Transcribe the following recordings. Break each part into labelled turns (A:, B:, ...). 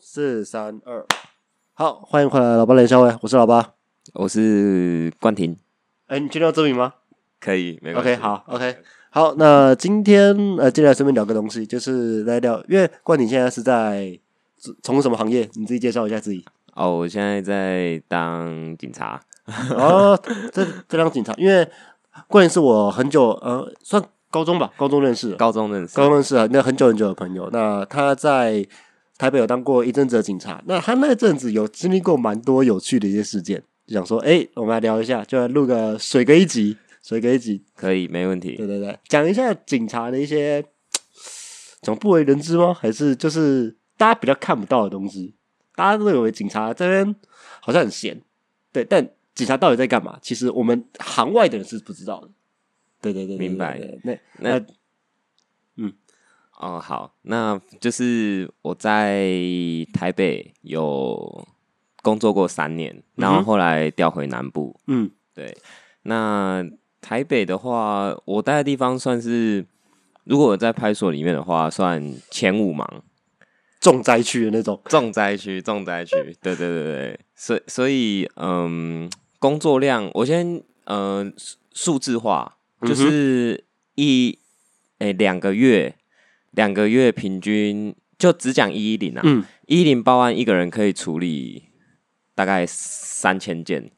A: 四三二，好，欢迎回来，老八连消委，我是老八。
B: 我是关婷，
A: 哎，你今天要证明吗
B: 可以，没关系。
A: ？OK，好，OK，好。那今天呃，接下来顺便聊个东西，就是来聊，因为冠你现在是在从事什么行业？你自己介绍一下 自己。
B: 哦，我现在在当警察，
A: 哦，这这辆警察，因为冠霖是我很久呃，算高中吧，高中认识的，
B: 高中认识。
A: 高中认识啊，那很久很久的朋友。那他在台北有当过一阵子的警察，那他那阵子有经历过蛮多有趣的一些事件，就想说，哎、我们来聊一下，就来录个水个一集，水个一集，
B: 可以，没问
A: 对
B: 题。
A: 对对，讲一下警察的一些怎么不为人知吗？还是就是大家比较看不到的东西？大家都以为警察这边好像很闲，对，但警察到底在干嘛？其实我们行外的人是不知道的。对对对对对
B: 明白
A: 对对对那
B: 那
A: 那
B: 哦，好，那就是我在台北有工作过三年，
A: 嗯
B: 然后
A: 哼
B: 后来调回南部。
A: 嗯
B: 对，那台北的话，我待的地方算是，如果我在派出所里面的话，算前五忙。
A: 重灾区的那种。
B: 重灾区，重 灾区，对对对对，所以所以嗯，工作量我先呃数数字化，
A: 嗯哼
B: 就是一诶两、个月，两个月平均就只讲一一零啊，
A: 嗯，
B: 一一零报案一个人可以处理大概三千件，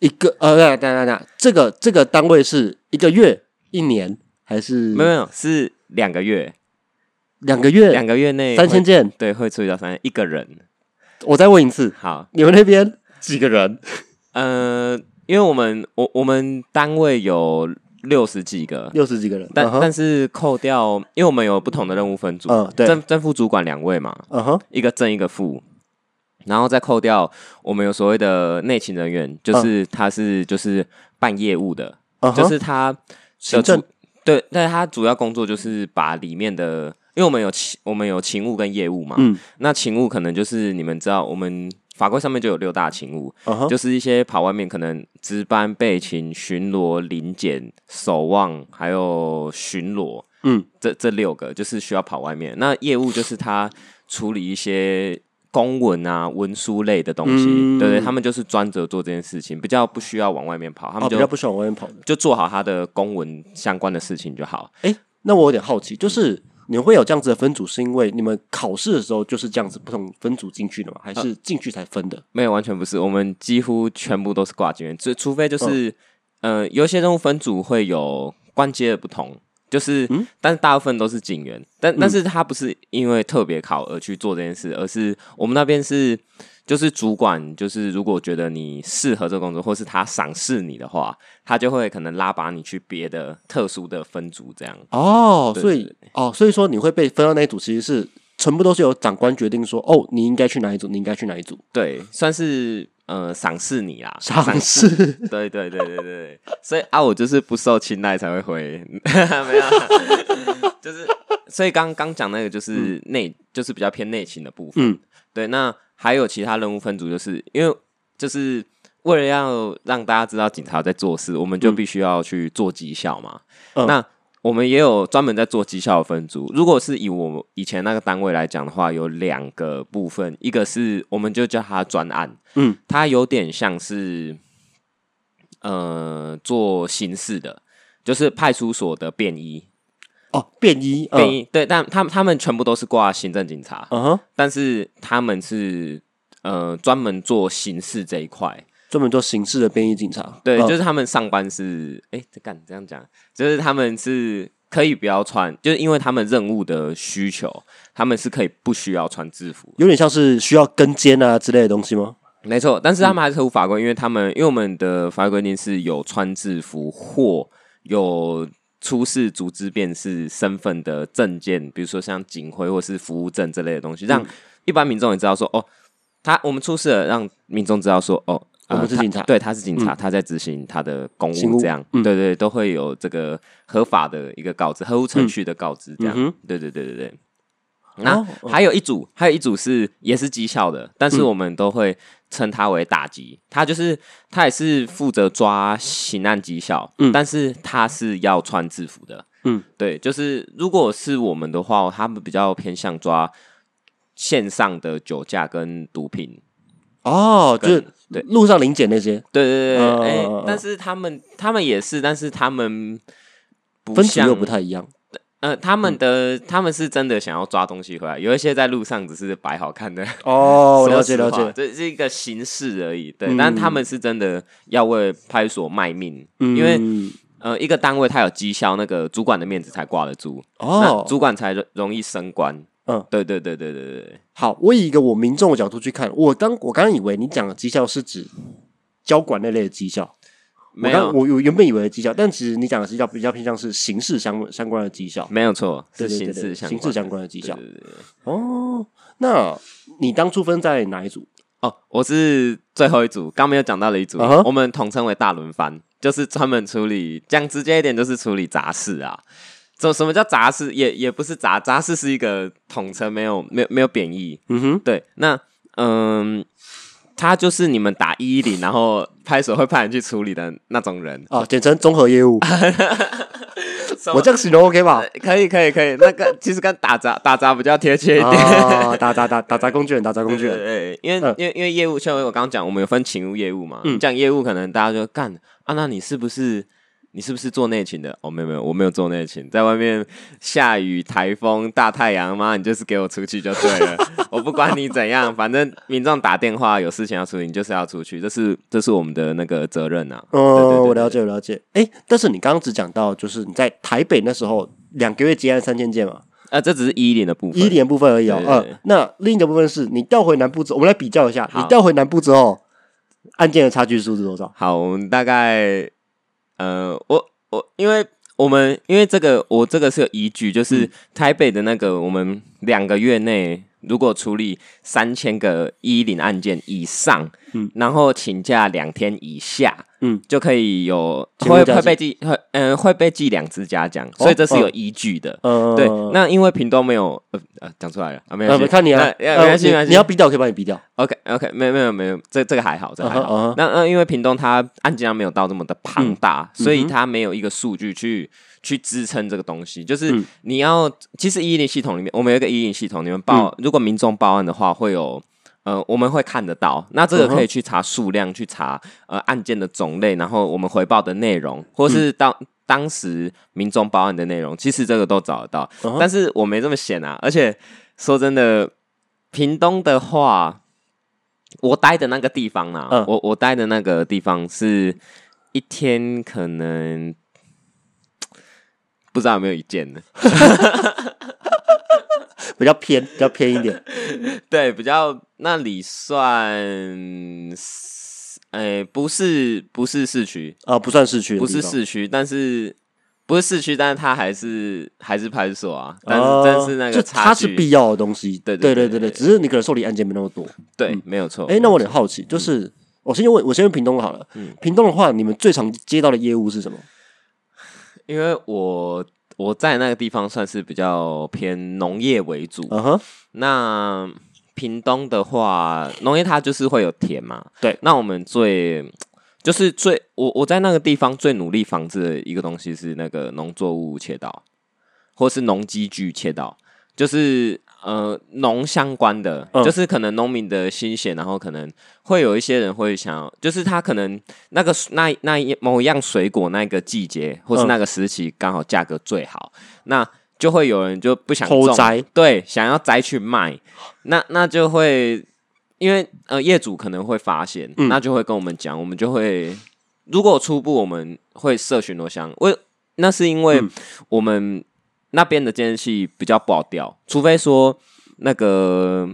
A: 一个呃，等一下等一下等一下，这个这个单位是一个月、一年还是
B: 没有没有是两个月，
A: 两个月
B: 两个月内
A: 三千
B: 会，
A: 件？
B: 对，会处理到三千一个人，
A: 我再问一次，
B: 好，
A: 你们那边几个人？
B: 呃，因为我们我我们单位有六十几个，
A: 六十几个人？
B: 但、
A: 嗯哼
B: 但是扣掉，因为我们有不同的任务分组，
A: 嗯对
B: 正正副主管两位嘛，
A: 嗯哼，
B: 一个正一个副，然后再扣掉我们有所谓的内勤人员，就是他是就是办业务的，
A: 嗯哼，
B: 就是他的
A: 行政
B: 主对，但是他主要工作就是把里面的，因为我们有勤我们有勤务跟业务嘛，
A: 嗯
B: 那勤务可能就是你们知道我们。法规上面就有六大勤务，
A: 嗯哼，
B: 就是一些跑外面可能值班、备勤、巡逻、临检、守望，还有巡逻，
A: 嗯，
B: 这这六个就是需要跑外面。那业务就是他处理一些公文啊、文书类的东西，
A: 嗯
B: 对对，他们就是专责做这件事情，比较不需要往外面跑，他
A: 哦，
B: 们
A: 比
B: 就、
A: 较不喜欢往外面跑的。
B: 就做好他的公文相关的事情就好。
A: 那我有点好奇，
B: 嗯
A: 就是你会有这样子的分组，是因为你们考试的时候就是这样子不同分组进去的吗？还
B: 呃
A: 是进去才分的？
B: 没有，完全不是，我们几乎全部都是挂军人，除除非就是、呃，有一些任务分组会有关阶的不同。就是，但是大部分都是警员，但但是他不是因为特别考而去做这件事，而是我们那边是，就是主管，就是如果觉得你适合这个工作，或是他赏识你的话，他就会可能拉拔你去别的特殊的分组这样。
A: 哦，
B: 对
A: 所以哦，所以说你会被分到那一组，其实是全部都是由长官决定说，哦，你应该去哪一组，你应该去哪一组，
B: 对，算是呃赏识你啦，
A: 尝试。
B: 对对对对对对，所以啊，我就是不受青睐才会回， 没有啊，就是所以刚刚讲那个就是内，就是比较偏内勤的部分。
A: 嗯
B: 对，那还有其他任务分组，就是因为就是为了要让大家知道警察在做事，我们就必须要去做绩效嘛。
A: 嗯
B: 那我们也有专门在做绩效的分组。如果是以我以前那个单位来讲的话，有两个部分，一个是我们就叫它专案，
A: 嗯，
B: 它有点像是呃做刑事的，就是派出所的便衣，
A: 哦，便衣，
B: 便
A: 衣，
B: 衣、对，但他们他们全部都是挂行政警察，
A: 嗯哼，
B: 但是他们是呃专门做刑事这一块，
A: 专门做刑事的便衣警察，
B: 对，
A: 嗯
B: 就是他们上班是哎，这、干这样讲，就是他们是可以不要穿，就是因为他们任务的需求，他们是可以不需要穿制服，
A: 有点像是需要跟监啊之类的东西吗？
B: 没错，但是他们还是合乎法规，因为他们因为我们的法规规定是有穿制服或有出示组织辨识身份的证件，比如说像警徽或是服务证这类的东西，让一般民众也知道说哦，他我们出示了，让民众知道说哦。呃
A: 我们是
B: 他
A: 警察
B: 对，他是警察，他在执行他的公
A: 行务
B: 务，这样，对对，都会有这个合法的一个告知，合乎程序的告知，这样，
A: 嗯
B: 对对对对对。那
A: 哦嗯
B: 还有一组，还有一组是也是绩效的，但是我们都会称它为打击。它就是它也是负责抓刑案绩效，
A: 嗯
B: 但是它是要穿制服的，
A: 嗯，
B: 对，就是如果是我们的话，他们比较偏向抓线上的酒驾跟毒品，
A: 哦，就
B: 跟
A: 是
B: 对
A: 路上临检那些
B: 对对对
A: 嗯
B: 对，哎、
A: 嗯嗯
B: 但是他们他们也是，但是他们不
A: 分组
B: 像
A: 又不太一样。
B: 呃，他们的、他们是真的想要抓东西回来，有一些在路上只是摆好看的。
A: 哦
B: 说
A: 了解
B: 实
A: 了
B: 话
A: 解，
B: 这是一个形式而已。对，
A: 嗯
B: 但他们是真的要为派出所卖命，
A: 嗯
B: 因为呃，一个单位他有绩效，那个主管的面子才挂得住，那
A: 哦，
B: 主管才容容易升官。
A: 嗯，
B: 对对对对对对对，
A: 好，我以一个我民众的角度去看，我刚我刚刚以为你讲的绩效是指交管那类的绩效，
B: 没
A: 我刚
B: 有
A: 我我原本以为的绩效，但其实你讲的绩效比较偏向是刑事相相关的绩效，
B: 没有错，
A: 对对
B: 是形
A: 对对，
B: 式相
A: 刑事相
B: 关
A: 关的绩
B: 的
A: 效
B: 对。对对对
A: 哦，那你当初分在哪一组？
B: 哦，我是最后一组，刚没有讲到的一组
A: 啊哈
B: 我们统称为大轮番，就是专门处理，讲直接一点就是处理杂事啊。什什么叫杂事？也也不是杂，杂事是一个统称，没有没有没有贬义。
A: 嗯哼，
B: 对，那嗯，他就是你们打一一零，然后派出所会派人去处理的那种人。
A: 啊，简称综合业务，
B: 什么
A: 我这样形容 OK 吧？
B: 呃可以可以可以，那个其实跟打杂打杂比较贴切一点。
A: 啊，打打打打砸工具人，打砸工具
B: 对
A: 人，
B: 对，对
A: 嗯
B: 因为因为因为业务，像我刚刚讲，我们有分勤务业务嘛。
A: 嗯
B: 讲业务可能大家就干啊，那你是不是你是不是做内勤的？哦，没有没有，我没有做内勤，在外面下雨、台风、大太阳，妈，你就是给我出去就对了， 我不管你怎样，反正民众打电话有事情要处理，你就是要出去，这是这是我们的那个责任啊。对对对
A: 哦，
B: 对
A: 我了解，我了解。哎，但是你刚刚只讲到，就是你在台北那时候两个月结案三千件嘛，
B: 啊，这只是一零的部分。
A: 一点部分而已哦。
B: 对对对
A: 嗯，那另一个部分是你调回南部之后，我们来比较一下，
B: 好
A: 你调回南部之后，案件的差距数是多少？
B: 好，我们大概呃，我我因为我们因为这个我这个是有依据，
A: 嗯
B: 就是台北的那个我们两个月内如果处理三千个一零案件以上，
A: 嗯
B: 然后请假两天以下，
A: 嗯，
B: 就可以有
A: 请问
B: 会
A: 假期
B: 会
A: 哦
B: 被记会嗯、会被记两次嘉奖，所以这是有依据的。
A: 呃，
B: 对，那因为屏东没有呃呃讲出来了啊，没
A: 呃
B: 关系，
A: 没看你啊，
B: 那呃没
A: 呃
B: 关系，没
A: 你
B: 关系，
A: 你要逼掉，我可以帮你逼掉。
B: OK OK，没有没有没有，这这个还好，这个还好。
A: 嗯哼嗯哼
B: 那那因为屏东它案件量没有到这么的庞大，所以
A: 嗯哼
B: 它没有一个数据去去支撑这个东西。就是
A: 嗯
B: 你要，其实一零系统里面，我们有一个一零系统，你们报、
A: 嗯
B: 如果民众报案的话，会有。呃，我们会看得到，那这个
A: 嗯哼
B: 可以去查数量，去查呃案件的种类，然后我们回报的内容，或是
A: 嗯
B: 当、当时民众报案的内容，其实这个都找得到。
A: 嗯哼
B: 但是我没这么闲啊，而且说真的，屏东的话，我待的那个地方啊，
A: 嗯
B: 我我待的那个地方是一天可能不知道有没有一件呢？
A: 比较偏，比较偏一点。
B: 对，比较那里算，呃，不是不是市区，
A: 啊，不算市区，
B: 不是，市区，但是不是市区，但是它还是还是派出所啊，但是、
A: 哦
B: 但是那
A: 就
B: 个
A: 它
B: 差
A: 是
B: 距，
A: 必要的东西，
B: 对
A: 对
B: 对
A: 对
B: 对
A: 对
B: 对
A: 只是你可能受理案件没那么多。
B: 对，没有错。嗯
A: 哎，那我有点好奇，就是我先问，我先问屏东好了。屏东的话，你们最常接到的业务是什么？
B: 因为我我在那个地方算是比较偏农业为主，
A: 嗯哼，
B: 那屏东的话，农业它就是会有田嘛。
A: 对，
B: 那我们最就是最我我在那个地方最努力防治的一个东西是那个农作物窃盗，或是农机具窃盗，就是呃农相关的，
A: 嗯
B: 就是可能农民的心血，然后可能会有一些人会想要，就是他可能那个那那一某一样水果那个季节或是
A: 嗯
B: 那个时期刚好价格最好，那就会有人就不想
A: 偷
B: 种
A: 摘，
B: 对，想要摘去卖，那那就会因为呃业主可能会发现，
A: 嗯
B: 那就会跟我们讲，我们就会如果初步我们会设巡逻箱，为那是因为
A: 嗯
B: 我们那边的监视器比较不好调，除非说那个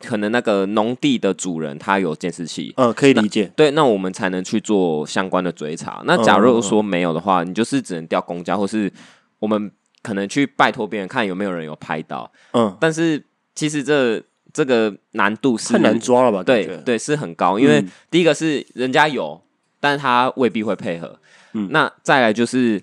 B: 可能那个农地的主人他有监视器，
A: 嗯，可以理解。
B: 对，那我们才能去做相关的追查。那假
A: 嗯
B: 如说没有的话，你就是只能调公家，或是我们可能去拜托别人看有没有人有拍到。
A: 嗯，
B: 但是其实这这个难度是
A: 太难抓了吧？
B: 对
A: 感觉，
B: 对是很高，因为
A: 嗯
B: 第一个是人家有，但是他未必会配合。
A: 嗯
B: 那再来就是，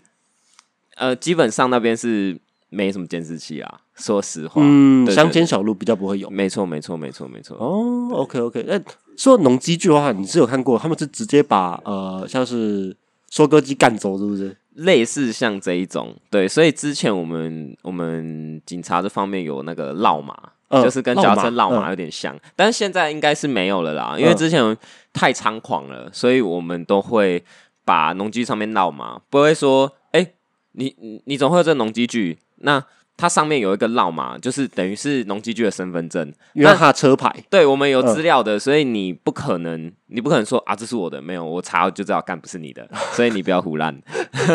B: 呃，基本上那边是没什么监视器啊，说实话，
A: 嗯，
B: 对对嗯
A: 乡间小路比较不会有。
B: 没错，没错，没错，没错。
A: 哦，OK OK，那说到农机具的话，你是有看过，他们是直接把呃，像是收割机干走，是不是？
B: 类似像这一种，对，所以之前我们我们警察这方面有那个绕马，
A: 呃
B: 就是跟脚踏车
A: 绕
B: 绕
A: 马
B: 马有点像，但是现在应该是没有了啦，因为
A: 嗯
B: 之前太猖狂了，所以我们都会把农机上面绕马，不会说，哎、你你你总会有这农机具，那它上面有一个绕马，就是等于是农机具的身份证，
A: 因为他车牌，
B: 对我们有
A: 嗯
B: 资料的，所以你不可能，你不可能说啊，这是我的，没有，我查就知道，干不是你的，所以你不要胡乱，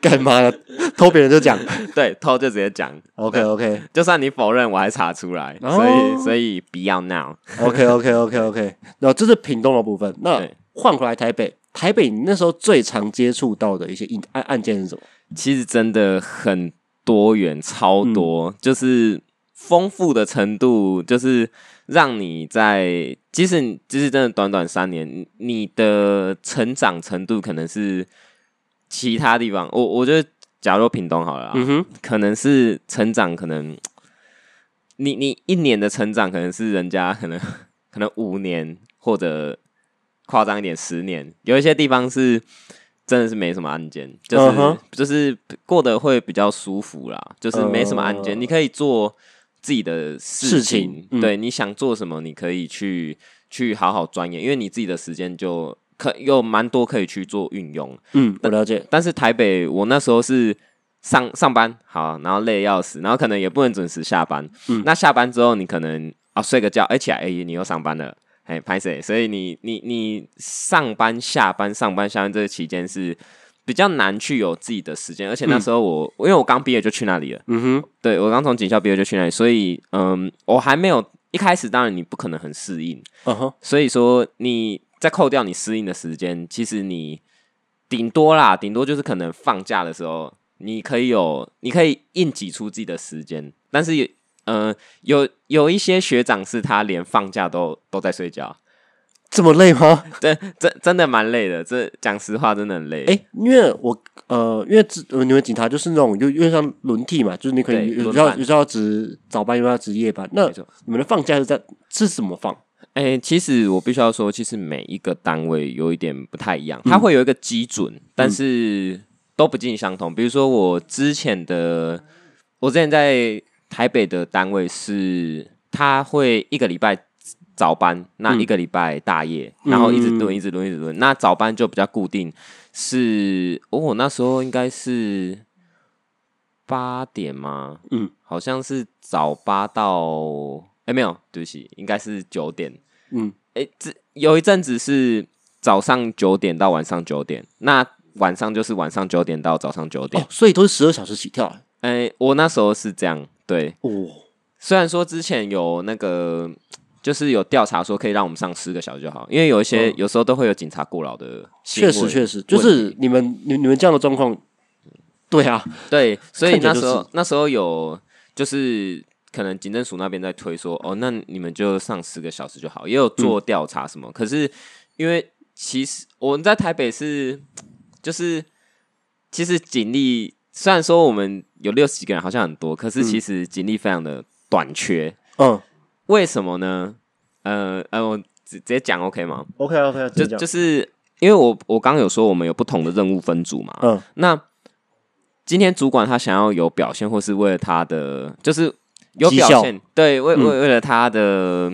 A: 干嘛呀偷别人就讲
B: 对，偷就直接讲，
A: ，OK OK
B: 就算你否认，我还查出来，
A: 哦
B: 所以所以不要闹，
A: OK OK OK OK，那这是屏东的部分。那
B: 对
A: 换回来台北，台北你那时候最常接触到的一些案案案件是什么？
B: 其实真的很多元，超
A: 嗯
B: 多，就是丰富的程度，就是让你在，即使你即使真的短短三年，你你的成长程度可能是其他地方，我我觉得，假如屏东好了啦，啊
A: 嗯哼，
B: 可能是成长，可能你你一年的成长，可能是人家可 能可能五年或者夸张一点十年，有一些地方是真的是没什么案件，就是、
A: 嗯哼
B: 就是过得会比较舒服啦，就是没什么案件，
A: 呃
B: 你可以做自己的
A: 事
B: 事
A: 情嗯
B: 对，你想做什么，你可以去去好好钻研，因为你自己的时间就可有蛮多可以去做运用。
A: 嗯，我了解。
B: 但是台北我那时候是上上班好，然后累得要死，然后可能也不能准时下班。
A: 嗯
B: 那下班之后你可能啊睡个觉，哎、起来哎、你又上班了，哎拍谁？所以你你你上班下班上班下班这个期间是比较难去有自己的时间，而且那时候我、因为我刚毕业就去那里了，
A: 嗯哼，
B: 对我刚从警校毕业就去那里，所以嗯我还没有一开始当然你不可能很适应，
A: 嗯哼，
B: 所以说你再扣掉你适应的时间，其实你顶多啦，顶多就是可能放假的时候，你可以有，你可以硬挤出自己的时间，但是也。呃，有有一些学长是他连放假都都在睡觉，
A: 这么累吗？
B: 这真真的蛮累的。这讲实话，真的很累。
A: 哎、因为我呃，因为之呃你们警察就是那种有有点像轮替嘛，就是你可能
B: 对
A: 有有
B: 轮
A: 时候
B: 班
A: 有时候要值早班，有时候要值夜班。那
B: 没错
A: 你们的放假是在是怎么放？
B: 哎、其实我必须要说，其实每一个单位有一点不太一样，它会有一个基准，但是都不尽相同。比如说我之前的，我之前在台北的单位是，他会一个礼拜早班，那一个礼拜大夜，然后一直轮，一直轮，一直轮。那早班就比较固定，是哦，我那时候应该是八点吗？
A: 嗯，
B: 好像是早八到，哎、没有，对不起，应该是九点。
A: 嗯，
B: 哎、这有一阵子是早上九点到晚上九点，那晚上就是晚上九点到早上九点
A: 哦。，所以都是十二小时起跳、啊
B: 哎、我那时候是这样，对，
A: 哦，
B: 虽然说之前有那个。就是有调查说可以让我们上十个小时就好，因为有一些、
A: 嗯
B: 有时候都会有警察过劳的新
A: 确
B: 闻，
A: 实确实，就是你们你你们这样的状况，对啊，
B: 对，所以
A: 看起来就
B: 那时候
A: 是
B: 那时候有就是可能警政署那边在推说，哦，那你们就上十个小时就好，
A: 嗯
B: 也有做调查什么。可是因为其实我们在台北是就是其实警力虽然说我们有六十几个人好像很多，可是其实警力非常的短缺。
A: 嗯
B: 为什么呢？呃呃，我直直接讲 OK 吗？
A: ，OK OK，
B: 就就是因为我我刚刚有说我们有不同的任务分组嘛，
A: 嗯
B: 那今天主管他想要有表现，或是为了他的就是有
A: 绩效
B: 表现，对，为为、
A: 嗯
B: 为了他的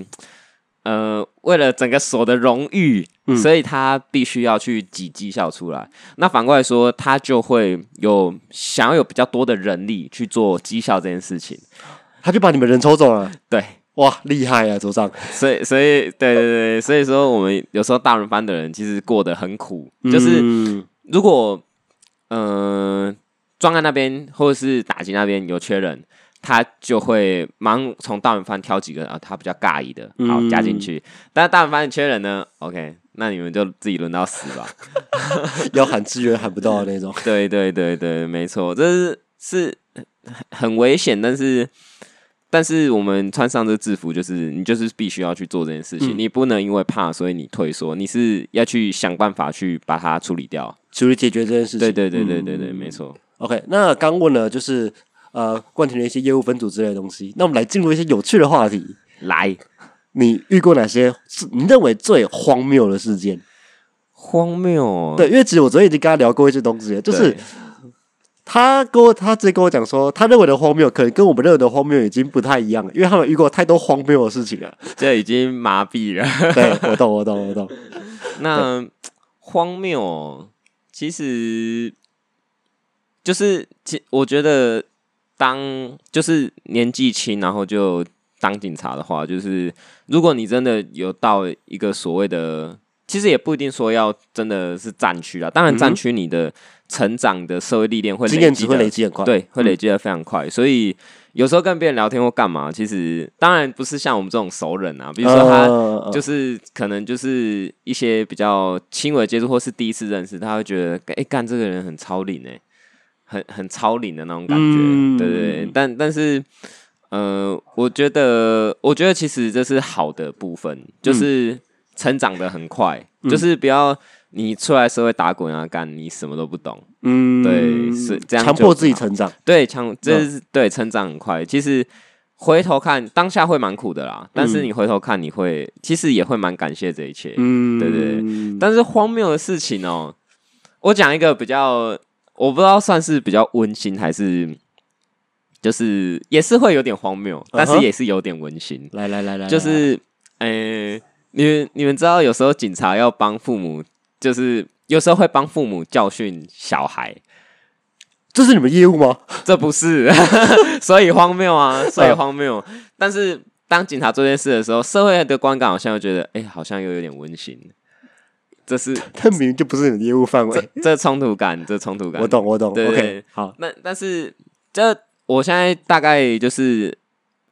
B: 呃，为了整个所的荣誉，
A: 嗯
B: 所以他必须要去挤绩效出来。那反过来说，他就会有想要有比较多的人力去做绩效这件事情，
A: 他就把你们人抽走了，
B: 对。
A: 哇，厉害啊，组长，
B: 所以，所以，对对对，所以说我们有时候大轮班的人其实过得很苦，就是
A: 嗯
B: 如果呃专案那边或者是打击那边有缺人，他就会忙从大轮番挑几个啊，他比较尬意的，好
A: 嗯
B: 加进去。但是大轮番缺人呢，OK，那你们就自己轮到死 吧。
A: 要喊支援喊不到的那 种，
B: 对对对对，没错，这是是很危险，但是。但是我们穿上这制服，就是你就是必须要去做这件事
A: 嗯
B: 情，你不能因为怕所以你退缩，你是要去想办法去把它处理掉。
A: 处理解决这件事情。
B: 对对对对对对，
A: 嗯
B: 没错。
A: OK，那刚问了就是呃冠廷的一些业务分组之类的东西，那我们来进入一些有趣的话题。
B: 来，
A: 你遇过哪些是你认为最荒谬的事件？
B: 荒谬、哦。
A: 对，因为其实我昨天已经跟他聊过一些东西了，就是
B: 对
A: 他跟我他直接跟我讲说，他认为的荒谬可能跟我们认为的荒谬已经不太一样了，因为他们遇过太多荒谬的事情 了。
B: 这已经麻痹 了。
A: 对，我懂，我懂，我懂。
B: 那荒谬哦，其实就是，其我觉得当就是年纪轻，然后就当警察的话，就是如果你真的有到一个所谓的，其实也不一定说要真的是战区啦，当然战区你的成长的社会历练
A: 嗯
B: 会
A: 经验
B: 积
A: 值
B: 的
A: 会累积很快。
B: 对，会累积的非常快。所以有时候跟别人聊天或干嘛，其实当然不是像我们这种熟人啊，
A: 嗯，
B: 比如说他
A: 他
B: 就是可能就是一些比较轻微的接触，或是第一次认识，他会觉得，哎、干这个人很超龄哎、很很超龄的那种感觉，
A: 嗯
B: 对对对。但但是，呃，我觉得，我觉得其实这是好的部分，
A: 嗯
B: 就是成长的很快，就是不要你出来社会打滚啊，干你什么都不懂，
A: 嗯，
B: 对是这样
A: 强
B: 就
A: 迫
B: 不
A: 自己
B: 好
A: 成长。
B: 对，强，这
A: 嗯
B: 是、对成长很快。其实回头看，当下会蛮苦的啦，但是
A: 嗯
B: 你回头看，你会其实也会蛮感谢这一切。
A: 嗯，
B: 对对
A: 对，
B: 但是荒谬的事情哦、我讲一个比较，我不知道算是比较温馨还是，就是也是会有点荒谬，但
A: 嗯
B: 是
A: 哼
B: 也是有点温馨。
A: 来来来来，
B: 就
A: 来
B: 是，呃，你们你们知道，有时候警察要帮父母，就是有时候会帮父母教训小孩，
A: 这是你们业务吗？
B: 这不是， 所以荒谬啊，
A: 嗯
B: 所以荒谬。但是当警察做这件事的时候，社会的观感好像又觉得，哎、好像又有点温馨。这是
A: 他明明就不是你的业务范围。
B: 这冲突感，这冲突感，
A: 我懂，我懂。
B: 对
A: OK，
B: 对
A: 好，
B: 那但是这我现在大概就是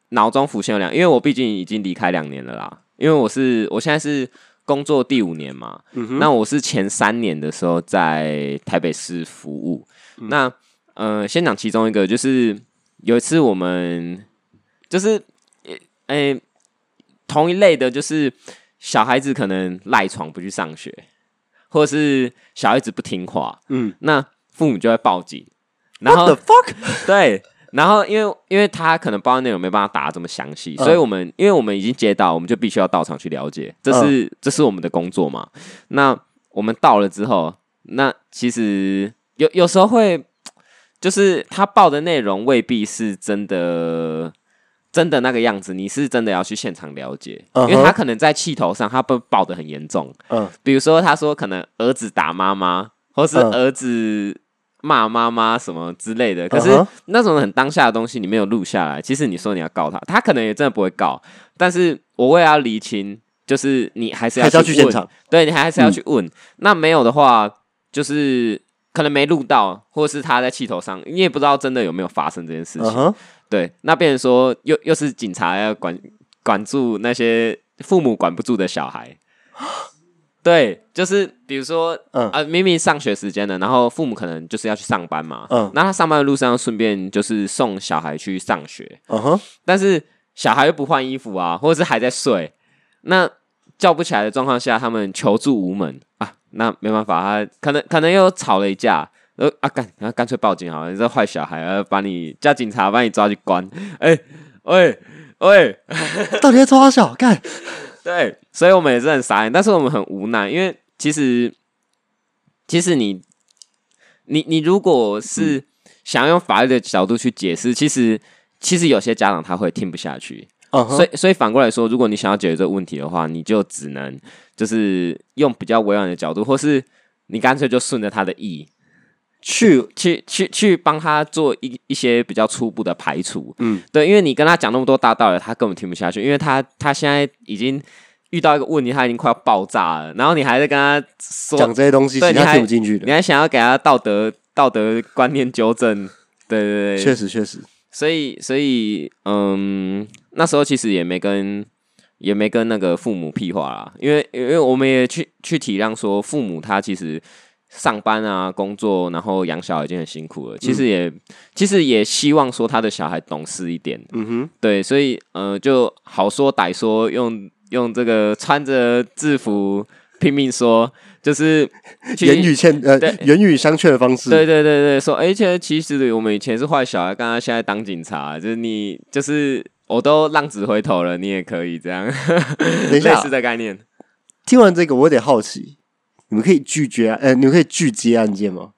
B: 脑中浮现了两，因为我毕竟已经离开两年了啦，因为我是我现在是工作第五年嘛，
A: 嗯
B: 那我是前三年的时候在台北市服务，
A: 嗯
B: 那呃，先讲其中一个，就是有一次我们就是诶、诶同一类的，就是小孩子可能赖床不去上学，或者是小孩子不听话，
A: 嗯，
B: 那父母就会报警，然后
A: What the fuck，
B: 对，然后因为因为他可能报案内容没办法打得这么详细，
A: 嗯
B: 所以我们因为我们已经接到，我们就必须要到场去了解，这是、
A: 嗯
B: 这是我们的工作嘛。那我们到了之后，那其实有有时候会，就是他报的内容未必是真的。真的那个样子，你是真的要去现场了解
A: 嗯哼
B: 因为他可能在气头上，他被爆的很严重，
A: 嗯
B: 比如说他说可能儿子打妈妈，或是
A: 嗯
B: 儿子骂妈妈什么之类的，可是
A: 嗯哼
B: 那种很当下的东西你没有录下来，其实你说你要告他，他可能也真的不会告，但是我为了要厘清，就是你还是要
A: 还是要去现
B: 问
A: 场，
B: 对你还是要去问，
A: 嗯
B: 那没有的话就是。可能没录到，或是他在气头上，你也不知道真的有没有发生这件事情。
A: 嗯哼，
B: 对，那变成说又又是警察要管管住那些父母管不住的小 孩。对，就是比如说，
A: 嗯
B: 啊，明明上学时间了，然后父母可能就是要去上班嘛，
A: 嗯
B: 那他上班的路上顺便就是送小孩去上学，
A: 嗯哼，
B: 但是小孩又不换衣服啊，或者是还在睡，那叫不起来的状况下，他们求助无门啊，那没办法，他可能可能又吵了一架，呃啊干，然后干脆报警好了，你这坏小孩，呃，把你叫警察把你抓去关，哎、喂喂，
A: 到底在抓小干？
B: 对，所以我们也是很傻眼，但是我们很无奈，因为其实其实你你你如果是想用法律的角度去解释，其实其实有些家长他会听不下去，
A: 嗯哼，
B: 所以，所以反过来说，如果你想要解决这个问题的话，你就只能就是用比较委婉的角度，或是你干脆就顺着他的意去去去去帮他做一一些比较初步的排除。
A: 嗯，
B: 对，因为你跟他讲那么多大道理，他根本听不下去，因为他他现在已经遇到一个问题，他已经快要爆炸了，然后你还在跟他说
A: 讲这些东西，
B: 对
A: 其实
B: 你
A: 他
B: 还
A: 听不进去
B: 你
A: 的。
B: 还想要给他道德道德观念纠正。对对对，
A: 确实，确实，
B: 所以，所以，嗯，那时候其实也没跟也没跟那个父母屁话啦，因为因为我们也去去体谅说，父母他其实上班啊、工作，然后养小孩已经很辛苦了，
A: 嗯
B: 其实也、其实也希望说他的小孩懂事一点，
A: 嗯哼，
B: 对，所以呃，就好说歹说，用用这个穿着制服拼命说，就是去
A: 言语欠呃
B: 对
A: 言语相劝的方式，
B: 对对对对，说，而且其实我们以前是坏小孩，刚刚现在当警察，就是你就是我都浪子回头了，你也可以这样，
A: 等一
B: 类
A: 下
B: 似的概念。
A: 听完这个，我有点好奇，你们可以拒绝，呃，你们可以拒接案件吗？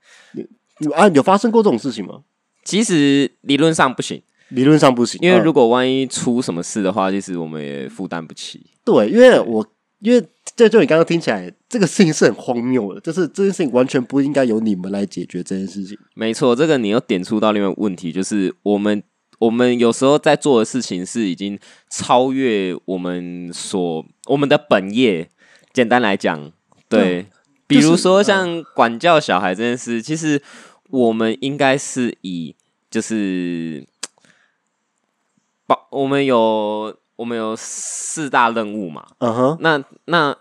A: 啊，有发生过这种事情吗？
B: 其实理论上不行，
A: 理论上不行，
B: 因为
A: 嗯
B: 如果万一出什么事的话，其实我们也负担不起。
A: 对，因为我因为这就你刚刚听起来，这个事情是很荒谬的，就是这件事情完全不应该由你们来解决这件事情。
B: 没错，这个你又点出到另外一个问题，就是我们我们有时候在做的事情是已经超越我们所我们的本业。简单来讲，对，比如说像管教小孩这件事，其实我们应该是以就是保我们有我们有四大任务嘛，
A: 嗯哼，
B: 那那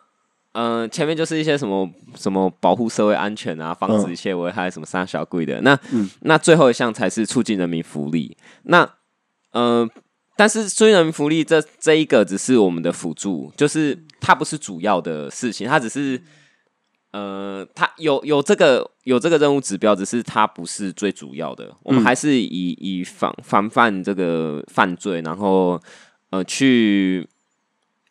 B: 呃，前面就是一些什么什么保护社会安全啊，防止一切危害，什么杀小鬼的。那、那最后一项才是促进人民福利。那呃，但是促进人民福利这这一个只是我们的辅助，就是它不是主要的事情，它只是。呃，它有有这个有这个任务指标，只是它不是最主要的。我
A: 嗯
B: 们还是以以防防范这个犯罪，然后呃去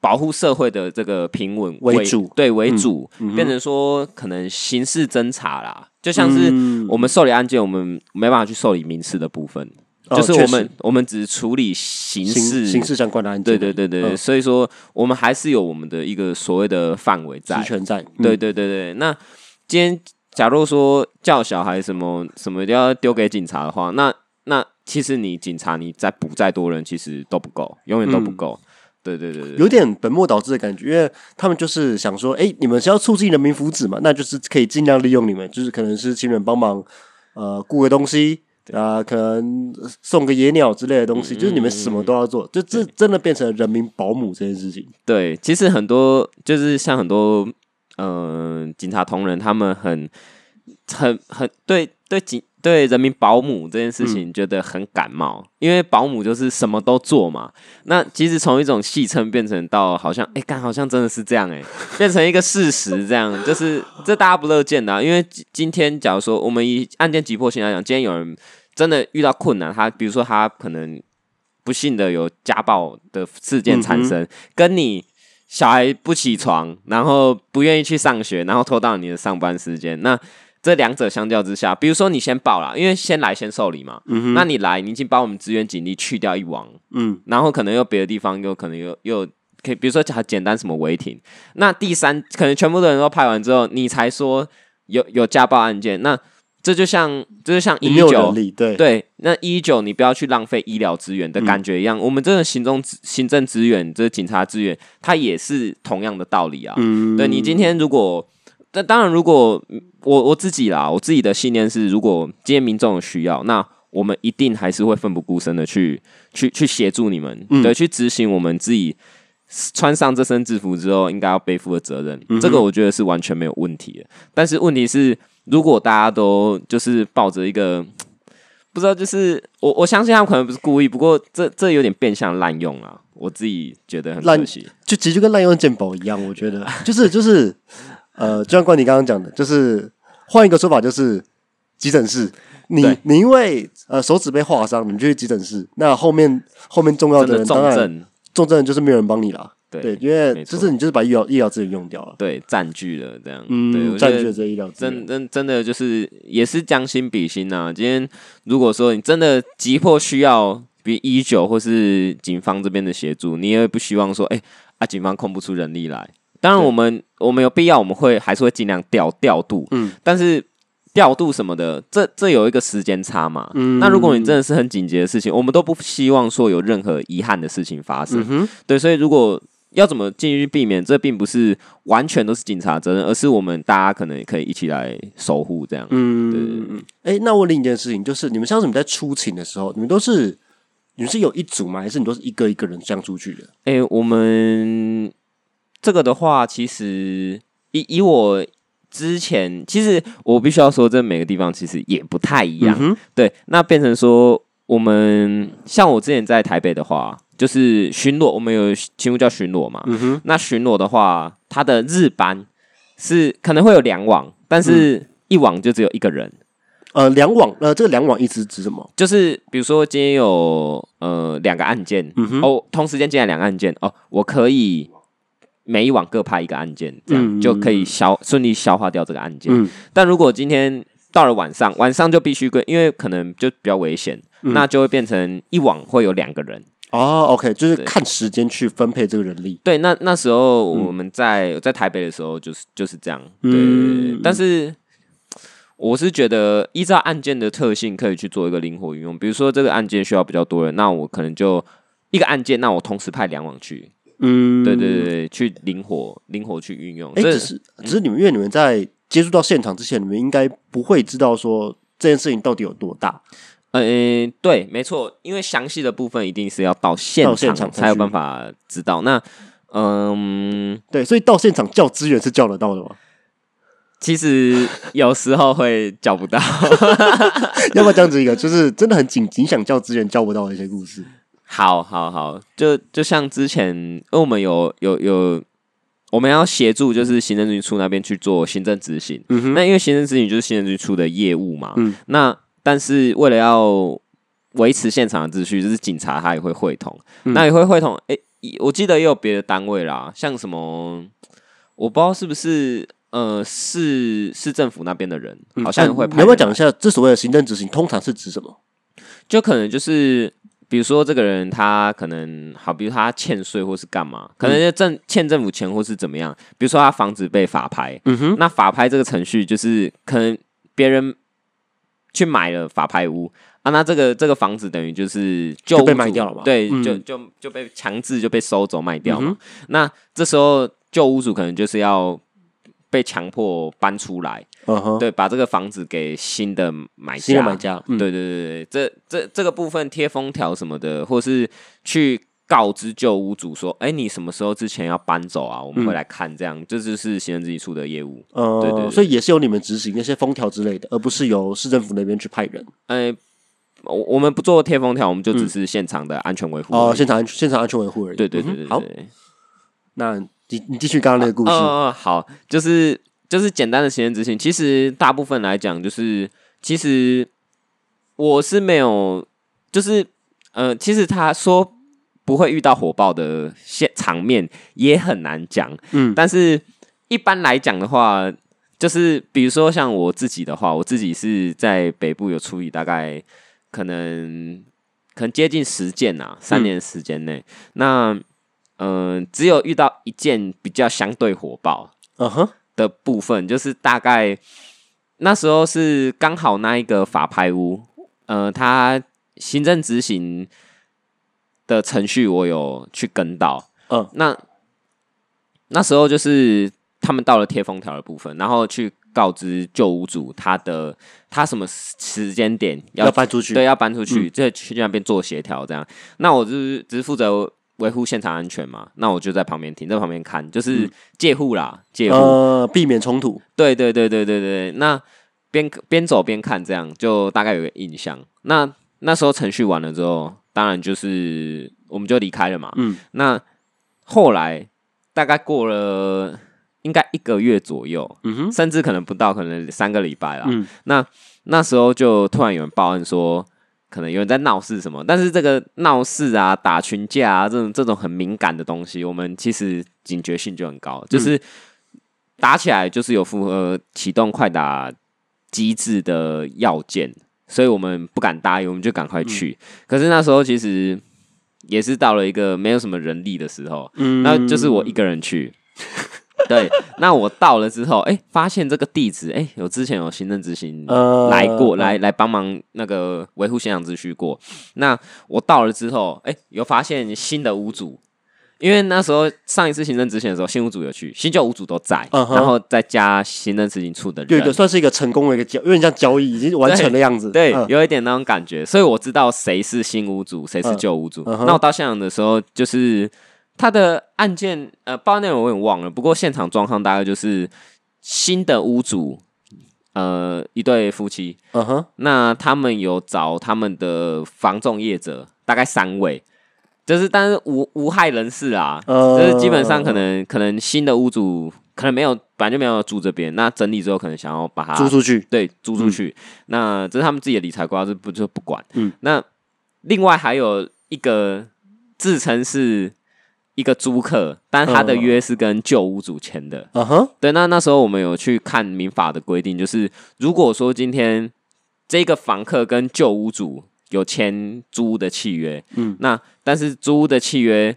B: 保护社会的这个平稳
A: 为主嗯
B: 对为主，变成说可能刑事侦查啦，就像是
A: 嗯
B: 我们受理案件，我们没办法去受理民事的部分，
A: 哦
B: 就是
A: 确
B: 我
A: 实
B: 们我们只处理刑
A: 刑
B: 事
A: 刑事相关的案
B: 对
A: 件，
B: 对对对，
A: 嗯
B: 所以说我们还是有我们的一个所谓的范围在
A: 职，权在，嗯
B: 对对对对，那今天假如说叫小孩什么什么都要丢给警察的话，那那其实你警察你再补再多人，其实都不够，永远都不够。对对对对，
A: 嗯有点本末倒置的感觉，因为他们就是想说，哎、你们是要促进人民福祉嘛，那就是可以尽量利用你们，就是可能是请人帮忙，呃，雇个东西，啊、可能送个野鸟之类的
B: 嗯
A: 东西，就是你们什么都要做，就这真的变成人民保姆这件事情。
B: 对，其实很多就是像很多嗯、呃警察同仁，他们很很很对对警对人民保姆这件事情觉得很感冒，因为保姆就是什么都做嘛。那其实从一种戏称变成到好像哎，干、好像真的是这样哎、 变成一个事实这样，就是这大家不乐见的啊、因为今今天假如说我们以案件急迫性来讲，今天有人真的遇到困难，他比如说他可能不幸的有家暴的事件产生，跟你。小孩不起床，然后不愿意去上学，然后拖到你的上班时间，那这两者相较之下，比如说你先报啦，因为先来先受理嘛，那你来，你已经把我们资源警力去掉一网，
A: 嗯，
B: 然后可能又别的地方又可能又又可以，比如说很简单什么违停，那第三可能全部的人都派完之后，你才说有有家暴案件，那这就像这就像
A: 你
B: 一
A: 没有
B: 九
A: 能力，对，
B: 对，那一九你不要去浪费医疗资源的感觉
A: 嗯
B: 一样，我们这个行政行政资源，这警察资源，它也是同样的道理啊。
A: 嗯
B: 对你今天如果，但当然如果嗯我我自己啦，我自己的信念是，如果今天民众有需要，那我们一定还是会奋不顾身的去去去协助你们，
A: 嗯
B: 对，去执行我们自己穿上这身制服之后应该要背负的责任，
A: 嗯
B: 这个我觉得是完全没有问题的。但是问题是，如果大家都就是抱着一个。不知道，就是我我相信他们可能不是故意，不过这这有点变相滥用啊，我自己觉得很可
A: 滥
B: 惜。
A: 就其实就跟滥用鉴宝一样，我觉得 就是就是呃，就像冠你刚刚讲的，就是换一个说法，就是急诊室。你
B: 对
A: 你因为呃手指被划伤，你就去急诊室，那后面后面重要
B: 真
A: 的
B: 的
A: 人
B: 重
A: 啊当然
B: 症，
A: 重症就是没有人帮你啦。
B: 对
A: 因为
B: 没
A: 就
B: 错
A: 是你就是把医疗医疗资源用掉了，
B: 对占据了这样，对，
A: 嗯，
B: 我觉
A: 占据了
B: 得
A: 这医疗资源
B: 真。真真的就是也是将心比心呐、今天如果说你真的急迫需要，比一九或是警方这边的协助，你也不希望说，哎、啊，警方空不出人力来。当然，
A: 对
B: 我们我们有必要，我们会还是会尽量调调度，
A: 嗯
B: 嗯，但是调度什么的，这这有一个时间差嘛，
A: 嗯
B: 嗯，那如果你真的是很紧急的事情，我们都不希望说有任何遗憾的事情发生，
A: 嗯哼
B: 对，所以如果要怎么进去避免，这并不是完全都是警察责任，而是我们大家可能也可以一起来守护这样。
A: 嗯，哎、那我问另一件事情，就是你们像是你们在出勤的时候，你们都是你们是有一组吗？还是你都是一个一个人这样出去的？
B: 诶、我们这个的话，其实以以我之前，其实我必须要说，这每个地方其实也不太一样。
A: 嗯哼
B: 对，那变成说，我们像我之前在台北的话，就是巡逻，我们有勤务叫巡逻嘛。
A: 嗯哼，
B: 那巡逻的话，它的日班是可能会有两网，但
A: 嗯
B: 是一网就只有一个人。
A: 呃，两网，呃，这个两网一直指什么？
B: 就是比如说今天有呃两个案件，
A: 嗯哼，
B: 哦，同时间进来两个案件，哦，我可以每一网各派一个案件，这样、
A: 嗯
B: 就可以消顺利消化掉这个案件。
A: 嗯
B: 但如果今天到了晚上，晚上就必须跟，因为可能就比较危险，
A: 嗯
B: 那就会变成一网会有两个人。
A: 哦，OK，就是
B: 对
A: 看时间去分配这个人力。
B: 对，那那时候我们在、在台北的时候，就是就是这样。对，
A: 嗯
B: 但是我是觉得依照案件的特性，可以去做一个灵活运用。比如说这个案件需要比较多人，那我可能就一个案件，那我同时派两网去。
A: 嗯，
B: 对对对对，去灵活灵活去运用。
A: 哎、
B: 这
A: 只是只是你们，因为你们在接触到现场之前，你们应该不会知道说这件事情到底有多大。
B: 呃，对，没错，因为详细的部分一定是要到现
A: 到
B: 场
A: 现场才
B: 才有
A: 去
B: 办法知道。那嗯，
A: 对，所以到现场叫资源是叫得到的 嘛？
B: 其实有时候会找不到。
A: 要不要这样子一个，就是真的很紧急想叫资源叫不到的一些故事？
B: 好好好，就就像之前，因为我们有有有，我们要协助就是行政局处那边去做行政执行。
A: 嗯哼
B: 那因为行政执行就是行政局处的业务嘛，
A: 嗯
B: 那但是为了要维持现场的秩序，就是警察他也会会同，
A: 嗯
B: 那也会会同。诶、我记得也有别的单位啦，像什么我不知道是不是呃市市政府那边的人，嗯好像也会
A: 那嗯
B: 派
A: 你要
B: 人
A: 不
B: 来。
A: 要讲一下这所谓的行政执行通常是指什么？
B: 就可能就是，比如说这个人他可能好，比如他欠税或是干嘛，
A: 嗯
B: 可能就政欠政府钱或是怎么样。比如说他房子被法拍，
A: 嗯哼，
B: 那法拍这个程序就是可能别人去买了法拍屋啊，那这个这个房子等于就是旧
A: 就被
B: 屋主
A: 卖掉了嘛
B: 对，
A: 嗯
B: 就就就被强制就被收走卖掉嘛。
A: 嗯
B: 那这时候旧屋主可能就是要被强迫搬出来，
A: 嗯哼，
B: 对，把这个房子给新的买家，
A: 新的买家，嗯，
B: 对对对对，这这这个部分贴封条什么的，或是去告知旧屋主说，哎，你什么时候之前要搬走啊？我们会来看，这样、
A: 嗯
B: 这就是行政自己处的业务。
A: 呃，
B: 对对对
A: 所以也是由你们执行那些封条之类的，而不是由市政府那边去派人。
B: 哎，我我们不做贴封条，我们就只是现场的安全维护而已。
A: 哦，现场安现场安全维护而已。
B: 对对
A: 嗯
B: 对
A: 哼
B: 对对，
A: 好，
B: 对
A: 那你你继续刚刚那个故事。
B: 哦哦哦好，就是就是简单的行政执行。其实大部分来讲，就是其实我是没有，就是呃，其实他说不会遇到火爆的现场面也很难讲，
A: 嗯
B: 但是一般来讲的话。就是比如说像我自己的话，我自己是在北部有处理大概可能可能接近十件啊，三年的时间内，那嗯、呃只有遇到一件比较相对火爆
A: 嗯哼，
B: 的部分，就是大概那时候是刚好那一个法拍屋，呃，他行政执行的程序我有去跟到，
A: 嗯，
B: 那那时候就是他们到了贴封条的部分，然后去告知旧屋主他的他什么时时间点要
A: 要搬出去。嗯
B: 对，要搬出去，这去那边做协调这样。那我就是只是负责维护现场安全嘛，那我就在旁边停，在旁边看，
A: 嗯
B: 就是借护啦，借护。
A: 呃，避免冲突。
B: 对对对对对对，那边边走边看，这样就大概有个印象。那那时候程序完了之后，当然就是我们就离开了嘛。
A: 嗯，
B: 那后来大概过了应该一个月左右，
A: 嗯哼，
B: 甚至可能不到，可能三个礼拜啦。
A: 嗯
B: 那那时候就突然有人报案说，可能有人在闹事什么，但是这个闹事啊、打群架啊这种这种很敏感的东西，我们其实警觉性就很高，就是
A: 嗯
B: 打起来就是有符合启动快打机制的要件，所以我们不敢答应，我们就赶快去。
A: 嗯
B: 可是那时候其实也是到了一个没有什么人力的时候，
A: 嗯
B: 那就是我一个人去。对，那我到了之后，哎、发现这个地址，哎、有之前有行政执行
A: 呃
B: 来过，
A: 嗯
B: 来来帮忙那个维护现场秩序过。那我到了之后，哎、有发现新的屋主，因为那时候上一次行政执行的时候，新屋主有去，新旧屋主都在，
A: 嗯哼
B: 然后再加行政执行处的
A: 有一，
B: 人
A: 个算是一个成功的一个交，有点像交易已经完成的样子。
B: 对，
A: 嗯
B: 有一点那种感觉，所以我知道谁是新屋主，谁是旧屋主。
A: 嗯嗯哼
B: 那我到现场的时候，就是他的案件呃，报案内容我有点忘了，不过现场状况大概就是新的屋主，呃，一对夫妻，
A: 嗯哼，
B: 那他们有找他们的房仲业者，大概三位，就是但是无无害人士啊，
A: 呃
B: 就是基本上可能可能新的屋主可能没有本来就没有住这边，那整理之后可能想要把它
A: 租出嗯去。
B: 对，租出去。那这是他们自己的理财规划，这不就不管。
A: 嗯
B: 那另外还有一个自称是一个租客，但他的
A: 嗯
B: 约是跟旧屋主签的。
A: 啊哈，
B: 对，那那时候我们有去看民法的规定，就是如果说今天这个房客跟旧屋主有签租屋的契约，
A: 嗯，
B: 那但是租屋的契约，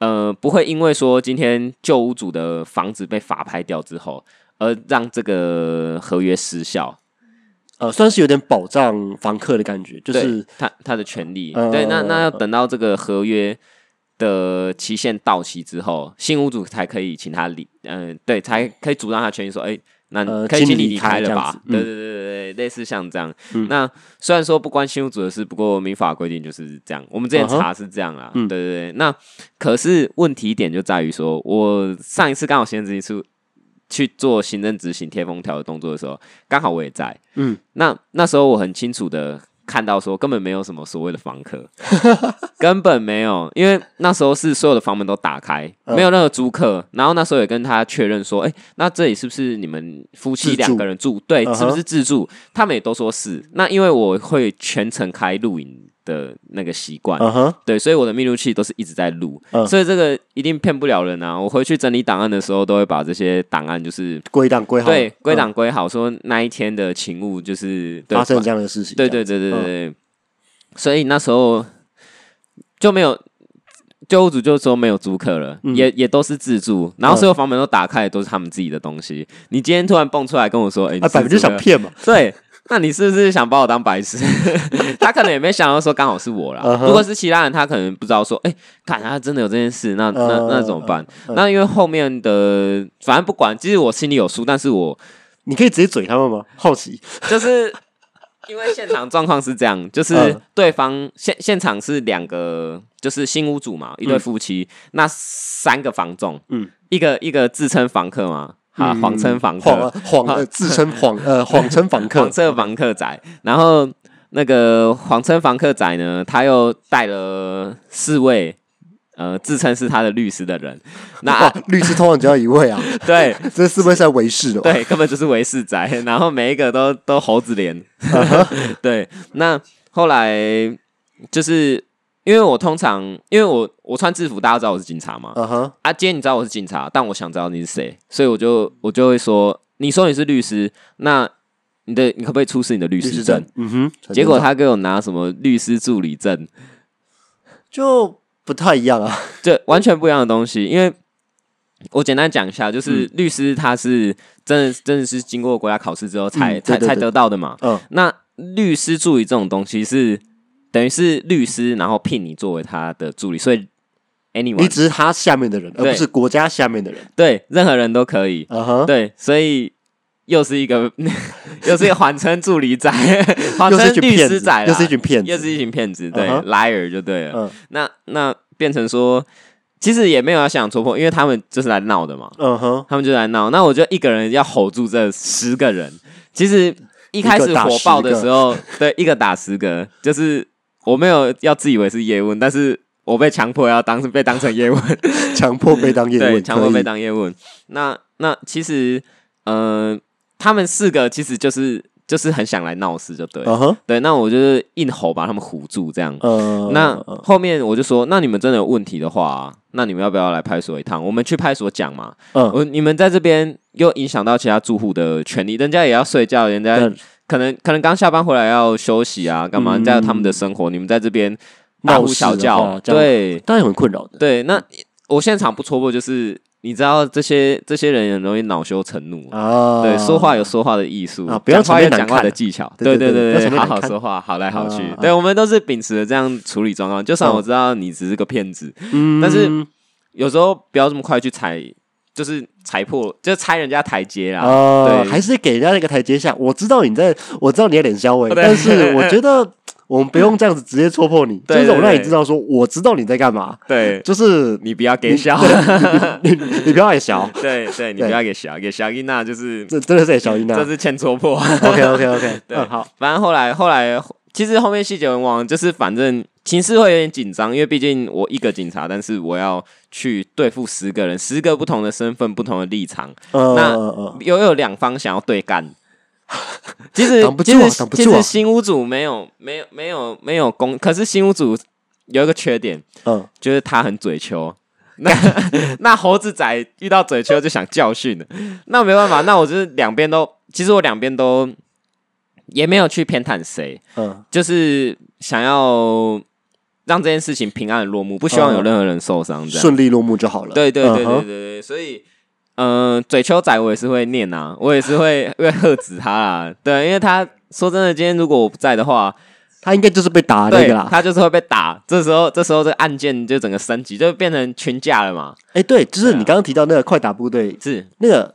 B: 呃，不会因为说今天旧屋主的房子被法拍掉之后，而让这个合约失效，
A: 呃，算是有点保障房客的感觉，就
B: 对
A: 是
B: 他他的权利。
A: 嗯
B: 对，那那要等到这个合约。的期限到期之后，新屋主才可以请他离，嗯、对，才可以主张他权益说，哎、那
A: 呃
B: 可以
A: 请
B: 请
A: 你
B: 你
A: 离
B: 离
A: 开
B: 开
A: 这
B: 了
A: 样
B: 吧
A: 子？嗯
B: 对对对对对，类似像这样。
A: 嗯
B: 那虽然说不关新屋主的事，不过民法规定就是这样。我们之前
A: 嗯哼
B: 查是这样啦，
A: 嗯
B: 对对对。那可是问题点就在于说，我上一次刚好先执行处去做行政执行贴封条的动作的时候，刚好我也在。
A: 嗯，
B: 那那时候我很清楚的看到说，根本没有什么所谓的房 客，根本没有，因为那时候是所有的房门都打开，
A: 嗯
B: 没有任何租客。然后那时候也跟他确认说，哎、那这里是不是你们夫
A: 自住
B: 妻两个人住？对，
A: 嗯哼
B: 是不是自住？他们也都说是。那因为我会全程开录影的那个习惯，
A: 啊哈，
B: 对，所以我的密录器都是一直在录，
A: 嗯
B: 所以这个一定骗不了人啊！我回去整理档案的时候，都会把这些档案就是
A: 归档归好，
B: 对归
A: 嗯
B: 档归好，说那一天的勤务就是对
A: 发生了这样的事情，
B: 对
A: 这样嗯
B: 对对对对对，所以那时候就没有。旧屋主就说没有租客了，
A: 嗯
B: 也也都是自住，然后
A: 嗯
B: 所有房门都打开，都是他们自己的东西。你今天突然蹦出来跟我说，哎、你
A: 啊，
B: 是
A: 百分之
B: 租
A: 想
B: 客
A: 骗嘛，
B: 对，那你是不是想把我 当白痴？他可能也没想到说刚好是我啦。
A: 嗯哼
B: 如果是其他人，他可能不知道说，哎、看他真的有这件事，那那那怎么办？
A: 嗯
B: 那因为后面的反正不管，其实我心里有数，但是我
A: 你可以直接嘴他们吗？好奇，
B: 就是 因为现场状况是这样，就是
A: 嗯
B: 对方现现场是两个，就是新屋主嘛，一对夫妻，那三个房仲，
A: 嗯
B: 嗯，一个一个自称房客嘛，啊，
A: 嗯
B: 谎称房客，
A: 谎谎 呃自称谎呃谎称房客
B: 黄，色房客仔，然后那个黄称房客仔呢，他又带了四位。呃，自称是他的律师的人，那
A: 哇，哦律师通常只要一位 啊，
B: 对
A: 这是不是在维士的？，
B: 对，根本就是为世宅，然后每一个都都猴子脸， 对。那后来就是因为我通常因为我我穿制服，大家知道我是警察嘛，
A: 啊哈，
B: 啊，今天你知道我是警察，但我想知道你是谁，所以我就我就会说，你说你是律师，那你的你可不可以出示你的律
A: 律
B: 师
A: 师
B: 证
A: 证？，嗯哼，很
B: 结果
A: 正常
B: 他给我拿什么律师助理证，
A: 就不太一样啊，
B: 这完全不一样的东西。因为我简单讲一下，就是
A: 嗯
B: 律师他是真的真的是经过国家考试之后
A: 嗯
B: 才、
A: 对对
B: 才才
A: 对
B: 得到的嘛。
A: 嗯
B: 那律师助理这种东西是等于是律师，然后聘你作为他的助理，所以
A: 你
B: anyone
A: 只是他下面的人，而
B: 对
A: 不是国家下面的人，
B: 对任何人都可以。
A: 啊哈，
B: 对，所以又是一个 又是一个谎称助理仔，谎
A: 又是
B: 称
A: 一群
B: 律
A: 骗
B: 师
A: 子
B: 仔啦，，
A: 又是一群骗
B: 又
A: 子，
B: 是一群骗子，对、
A: 嗯哼
B: liar 就对了。
A: 嗯
B: 那那变成说，其实也没有要想戳破，因为他们就是来闹的嘛，
A: 嗯哼，
B: 他们就来闹。那我就一个人要 hold 住这十个人，其实一开
A: 一
B: 始
A: 个打
B: 火爆的时候， 对，一个打十个，就是我没有要自以为是叶问，但是我被强迫要当被当成叶问，
A: 强迫被 当叶
B: 对，
A: 问，
B: 强迫
A: 可以
B: 被当叶问。那那其实，呃，他们四个其实就是就是很想来闹事，就对了，
A: 啊哈，
B: 对。那我就是硬吼把他们唬住，这样。
A: 呃，
B: 那后面我就说，那你们真的有问题的话、那你们要不要来派出所一趟？我们去派出所讲嘛。
A: 嗯
B: 我你们在这边又影响到其他住户的权利，人家也要睡觉，人家
A: 但
B: 可能可能刚下班回来要休息啊，干嘛？
A: 嗯
B: 人家有他们的生活，你们在这边大
A: 闹
B: 呼
A: 事
B: 小
A: 的
B: 叫
A: 话，这样
B: 对
A: 当然很困扰的，
B: 对。那我现场不戳破，就是你知道这些这些人很容易恼羞成怒。
A: 啊，
B: 对，说话有说话的艺术
A: 啊不要
B: 讲
A: 场
B: 话
A: 面
B: 有
A: 难
B: 讲话
A: 看
B: 的
A: 啊
B: 技巧。
A: 对
B: 对
A: 对对
B: 对
A: 不要场面
B: 好
A: 难
B: 好
A: 看
B: 说话，好来好去
A: 啊。
B: 对，我们都是秉持着这样处理状况。就算我
A: 嗯
B: 知道你只是个骗子，
A: 嗯，
B: 但是有时候不要这么快去踩，就是踩破，就踩人家台阶啦。
A: 啊，
B: 对
A: 还是给人家那个台阶下。我知道你在，我知道你在脸消委，
B: 对
A: 但是我觉 得我们不用这样子直接戳破你，就
B: 对对
A: 是我让你
B: 对
A: 知道说，我知道你在干嘛，
B: 对，
A: 就是
B: 你不要给小，
A: 你你不要爱小，
B: 对对，你
A: 对
B: 不要给小，给小伊娜就是
A: 这真的是爱小姨娜
B: 这。是欠戳破。
A: OK OK OK，
B: 对
A: 嗯好，
B: 反正后来后来，其实后面细节文忘了，就是反正情势会有点紧张，因为毕竟我一个警察，但是我要去对付十个人，十个不同的身份、不同的立场，
A: 呃
B: 那
A: 呃
B: 又有两方想要对干。 其实
A: 挡不
B: 其
A: 住啊
B: 实
A: 挡不
B: 其
A: 住啊
B: 实新屋主没有没有没有没有攻，可是新屋主有一个缺点，
A: 呃
B: 就是他很嘴求。那 那猴子仔遇到嘴丘就想教训了，那没办法，那我就是两边都，其实我两边都也没有去偏袒谁，
A: 嗯，
B: 就是想要让这件事情平安地落幕，不希望有任何人受伤，这样。
A: 嗯顺利落幕就好了。
B: 对对对
A: 嗯
B: 对对
A: 哼
B: 对，所以。嗯，嘴丘仔我也是会念啊，我也是会 会喝止他啦。对，因为他说真的，今天如果我不在的话，
A: 他应该就是被打的那
B: 对
A: 个啦。
B: 他就是会被打。这时候，这时候这个案件就整个升级，就变成群架了嘛。
A: 哎，对，就是
B: 对啊
A: 你刚刚提到那个快打部队，
B: 是，
A: 那个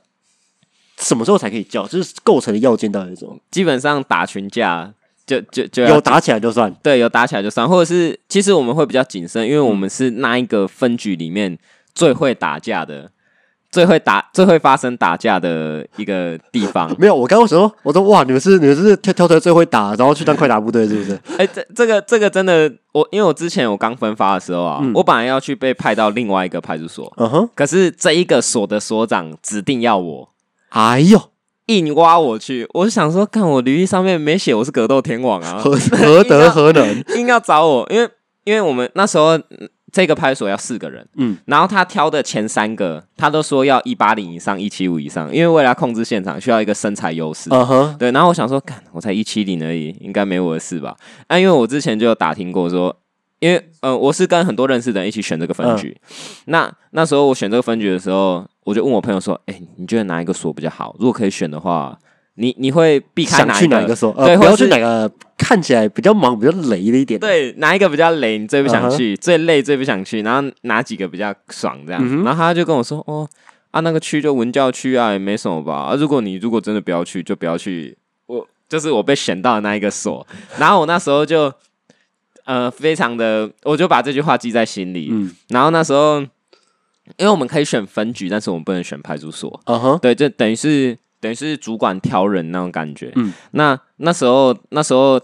A: 什么时候才可以叫？就是构成的要件到底是什么？
B: 基本上打群架就就就要
A: 有打起来就算。。
B: 对有打起来就算，或者是其实我们会比较谨慎，因为我们是那一个分局里面最会打架的，最会打最会发生打架的一个地方
A: 没有，我刚刚想说，我说哇，你们是你们是挑挑出来最会打，然后去当快打部队是不是？
B: 哎、这这个这个真的，我因为我之前我刚分发的时候啊，我本来要去被派到另外一个派出所，
A: 嗯哼，
B: 可是这一个所的所长指定要我。
A: 哎呦，
B: 硬挖我去，我就想说，看我履历上面没写我是格斗天 王啊，
A: 何何德何能？
B: 硬要找我，因为因为我们那时候嗯这个派出所要四个人，
A: 嗯
B: 嗯，然后他挑的前三个，他都说要一八零以上、一七五以上，因为为了要控制现场需要一个身材优势。
A: 嗯哼，
B: 对，然后我想说，看我才一七零而已，应该没我的事吧？啊，因为我之前就有打听过说，因为呃，我是跟很多认识的人一起选这个分局。
A: 嗯
B: 那那时候我选这个分局的时候，我就问我朋友说：“哎、你觉得哪一个所比较好？如果可以选的话，你你会避开
A: 想
B: 哪
A: 去
B: 一
A: 哪一个说？呃
B: 对，
A: 不
B: 或
A: 要去
B: 者是
A: 哪个看起来比较忙、比较雷的一点。，
B: 对，哪一个比较累，你最不想
A: 嗯哼
B: 去最累最不想去，然后哪几个比较爽这样
A: 嗯
B: 子。然后他就跟我说：“哦，啊，那个区就文教区啊，也没什么吧。啊，如果你如果真的不要去，就不要去。我就是我被选到的那一个所。然后我那时候就呃非常的，我就把这句话记在心里。
A: 嗯
B: 然后那时候，因为我们可以选分局，但是我们不能选派出所。
A: 嗯哼，
B: 对，就等于是等于是主管挑人那种感觉。
A: 嗯
B: 嗯，那那时候那时候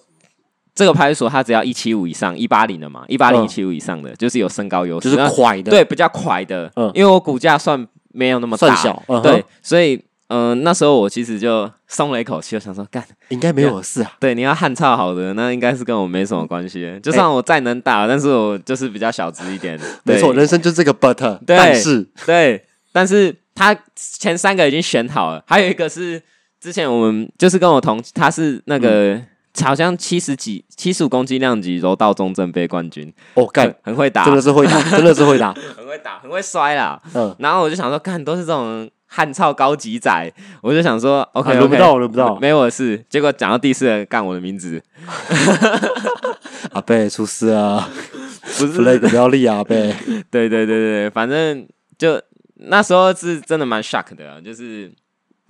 B: 这个派出所他只要一七五以上，一八零的嘛，一八零一七五以上的，就是有身高优势，
A: 嗯就是
B: 那
A: 快的。
B: 对比较快的。
A: 嗯
B: 嗯，因为我骨架算没有那么大，
A: 算小嗯哼
B: 对，所以嗯、呃那时候我其实就松了一口气，我想说干。
A: 应该没有事啊。
B: 对，你要汉操好的，那应该是跟我没什么关系。
A: 哎
B: 就算我再能打，但是我就是比较小资一点。
A: 没
B: 对
A: 错，人生就是这个 but，
B: 对
A: 但是
B: 对，但是他前三个已经选好了，还有一个是之前我们就是跟我同，他是那个、
A: 嗯
B: 好像七十几、七十五公斤量级柔道中正杯冠军，
A: 哦，干
B: 很，很会打，
A: 真的是会 打，真的是会打。
B: 很会打，很会摔啦。
A: 嗯，
B: 然后我就想说，看都是这种汉操高级仔，我就想说
A: 啊
B: ，OK，
A: 轮不
B: OK，
A: 到轮不到
B: 没我的事。结果讲到第四个，干我的名字，
A: 阿贝出事啊
B: 不是
A: ，flag 不要立啊，阿贝。
B: 对对对对，反正就那时候是真的蛮 shock 的啊、就是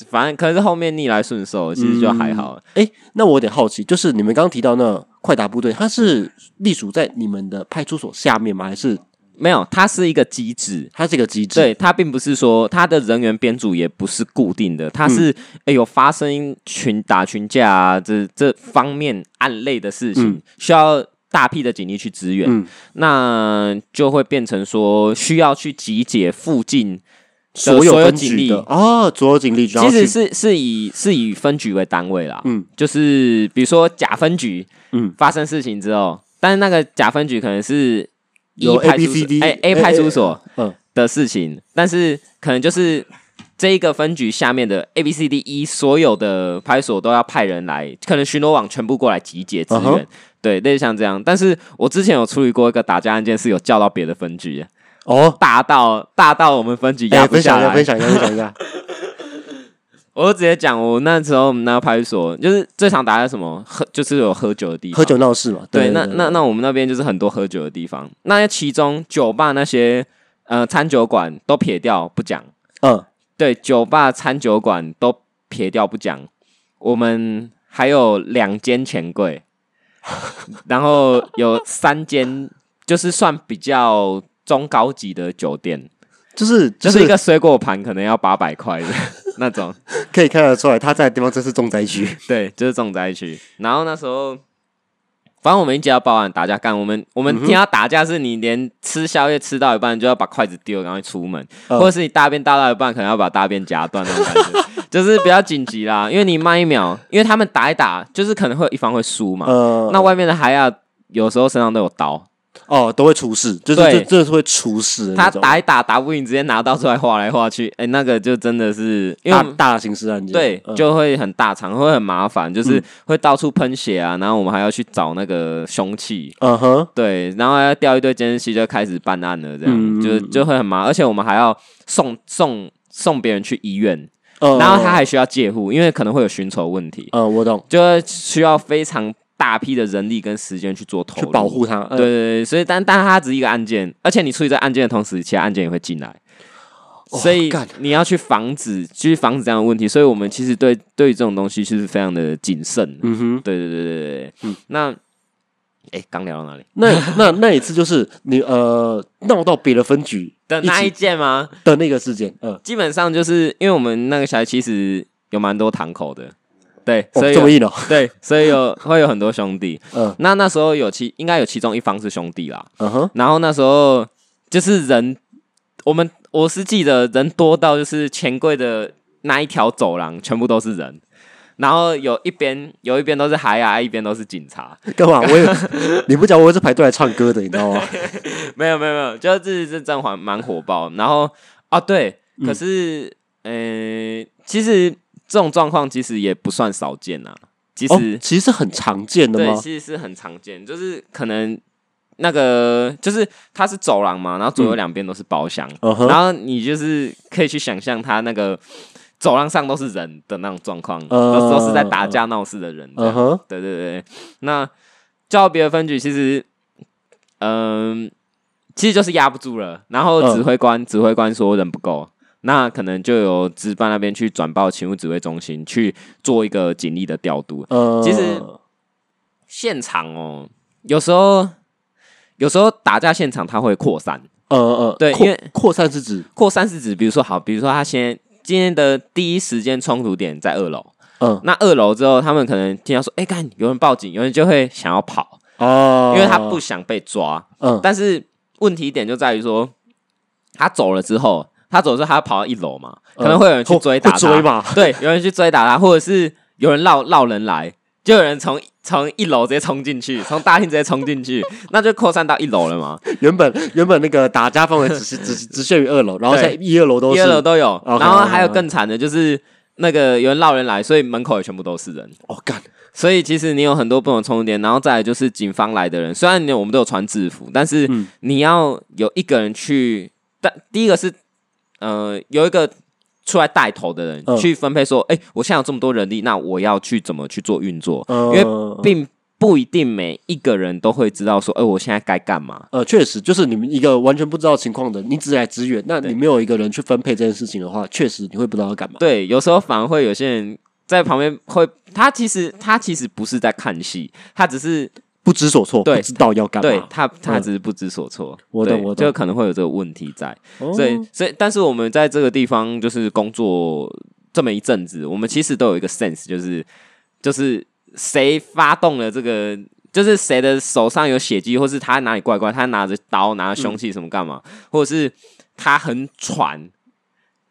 B: 反正可是后面逆来顺受，其实就还好。
A: 哎，那我有点好奇，就是你们刚刚提到那快打部队，它是隶属在你们的派出所下面吗？还是
B: 没有，它是一个机制。
A: 它是一个机制？，
B: 对，它并不是说它的人员编组也不是固定的，它
A: 嗯
B: 是哎有发生群打群架啊这这方面案类的事情，需要大批的警力去支援，
A: 嗯
B: 那就会变成说需要去集结附近
A: 所有
B: 所有
A: 分
B: 警
A: 局
B: 力
A: 的哦，所有警力，然后
B: 其
A: 去
B: 实是是以是以分局为单位啦，
A: 嗯
B: 嗯，就是比如说甲分局，
A: 嗯
B: 嗯，发生事情之后，但是那个甲分局可能是
A: 有
B: E 派出
A: A B C
B: 所
A: D
B: 哎 A 派出所
A: 嗯
B: 的事情，但是可能就是这一个分局下面的 A B C D E 所有的派出所都要派人来，可能巡逻网全部过来集结支
A: 嗯哼
B: 援，对，类似像这样。但是我之前有处理过一个打架案件，是有叫到别的分局，
A: 哦，
B: 大到大到我们分局压
A: 哎，
B: 不
A: 分
B: 下
A: 享一
B: 来，
A: 下，分享一下，分享一 下。
B: 我就直接讲，我那时候我们那个派出所，就是最常打在什么喝，就是有喝酒的地方。
A: 喝酒闹事嘛？
B: 对，
A: 对，
B: 那
A: 对
B: 那那我们那边就是很多喝酒的地方。那其中酒吧那些呃餐酒馆都撇掉不讲，
A: 嗯，
B: 对，酒吧餐酒馆都撇掉不讲，我们还有两间钱柜，然后有三间就是算比较中高级的酒店，
A: 就是就
B: 就
A: 是
B: 一
A: 是
B: 个水果盘可能要八百块的 那种。
A: 可以看得出来，他在的地方真是重灾区。
B: 对，就是重灾区。然后那时候，反正我们一接到报案打架干，我们
A: 嗯
B: 我们听到打架是你连吃宵夜吃到一半就要把筷子丢，然后出门，
A: 嗯
B: 或者是你大便大到一半可能要把大便夹断那种感觉，就是比较紧急啦。因为你慢一秒，因为他们打一打，就是可能会有一方会输嘛。
A: 呃，
B: 那外面的还要有时候身上都有刀，
A: 哦，都会出事，就是
B: 对
A: 这这是会出事的那
B: 他
A: 种
B: 打一打打不赢，直接拿刀出来划来划去，哎、那个就真的是因为
A: 大
B: 我们
A: 大刑事案件，
B: 对，
A: 嗯
B: 就会很大场，会很麻烦，就是会到处喷血啊，然后我们还要去找那个凶器，
A: 嗯哼，
B: 对，然后还要调一堆监视器就开始办案了，这样、
A: 嗯
B: 就就会很麻烦，而且我们还要送送送别人去医院，
A: 嗯
B: 然后他还需要戒护，因为可能会有寻仇问题，
A: 嗯，我懂，
B: 就会需要非常大批的人力跟时间去做投
A: 去
B: 入
A: 保。护他，嗯
B: 对对对，所以但但它只是一个案件，而且你处理这案件的同时，其他案件也会进来，
A: 哦
B: 所以
A: 干
B: 你要去防止，去防止这样的问题。所以我们其实对对于这种东西是非常的谨慎的。
A: 嗯哼，
B: 对对对对对对，那哎，刚聊到哪里？
A: 那 那那一次就是你呃闹到别的分局
B: 的
A: 一
B: 那一
A: 起
B: 件吗？
A: 的那个事件，嗯，
B: 基本上就是因为我们那个小孩其实有蛮多堂口的，对，
A: 哦
B: 所以啊
A: 这
B: 有、
A: 么硬哦，
B: 对，所以有会有很多兄弟。
A: 嗯
B: 那那时候有其应该有其中一方是兄弟啦，
A: 嗯哼，
B: 然后那时候就是人，我们我是记得人多到就是钱柜的那一条走廊全部都是人，然后有一边有一边都是海牙，一边都是警察，
A: 干嘛？我也你不讲，我也是排队来唱歌的，你知道吗？
B: 没有没有没有，就是这真还蛮火爆。然后啊，对，可是嗯、呃其实这种状况其实也不算少见啊，其
A: 哦
B: 实，、
A: 其实是很常见的
B: 对，
A: 吗？
B: 其实是很常见，就是可能。那个就是它是走廊嘛，然后左右两边都是包厢，
A: 嗯哼，
B: 然后你就是可以去想象他那个走廊上都是人的那种状况，
A: 呃
B: 都都是在打架闹事的人这
A: 嗯
B: 样。
A: 哼，
B: 对对对，那叫别的分局其实，嗯、其实就是压不住了。然后
A: 嗯
B: 指挥官、指挥官说人不够，那可能就由值班那边去转报勤务指挥中心去做一个警力的调度。
A: 呃，
B: 其实现场哦，有时候有时候打架现场它会扩散。
A: 呃呃，
B: 对
A: 扩
B: 因为
A: 扩散是指，
B: 扩散是指，比如说好，比如说他先今天的第一时间冲突点在二楼，
A: 嗯
B: 那二楼之后，他们可能听到说，哎、干有人报警，有人就会想要跑，
A: 哦
B: 因为他不，想被抓。
A: 嗯
B: 但是问题点就在于说，他走了之后，他走了之后，他跑到一楼嘛，可能会有人去
A: 会
B: 追打他，
A: 嗯会追嘛
B: 对，有人去追打他，或者是有人绕绕人来。就有人从从一楼直接冲进去，从大厅直接冲进去，那就扩散到一楼了嘛。
A: 原本原本那个打架范围只是只只限于二楼，然后现
B: 对
A: 在一二楼都
B: 一
A: 是，
B: 二楼都有，
A: OK，
B: 然后还有
A: OK，OK
B: 更惨的就是那个有人闹人来，所以门口也全部都是人。
A: 哦干，
B: 所以其实你有很多不同的冲突点，然后再来就是警方来的人，虽然你我们都有穿制服，但是
A: 嗯
B: 你要有一个人去，但第一个是呃有一个出来带头的人、
A: 嗯
B: 去分配说，哎、我现在有这么多人力，那我要去怎么去做运作，
A: 因
B: 因并不一定每一个人都会知道说，哎、我现在该干嘛。
A: 呃，确实，就是你们一个完全不知道情况的，你只来支援，那你没有一个人去分配这件事情的话，确实你会不知道要干嘛。
B: 对，有时候反而会有些人在旁边会，他其实他其实不是在看戏，他只是
A: 不知所措，
B: 对
A: 不知道要干
B: 对
A: 嘛。
B: 他他
A: 嗯
B: 只是不知所措。
A: 我
B: 对
A: 懂我懂
B: 就可能会有这个问题在。
A: 哦
B: 所以所以，但是我们在这个地方就是工作这么一阵子，我们其实都有一个 sense，就是就是谁发动了这个。就是谁的手上有血迹，或是他哪里怪怪，他拿着刀、拿着凶器什么干嘛，或者是他很喘，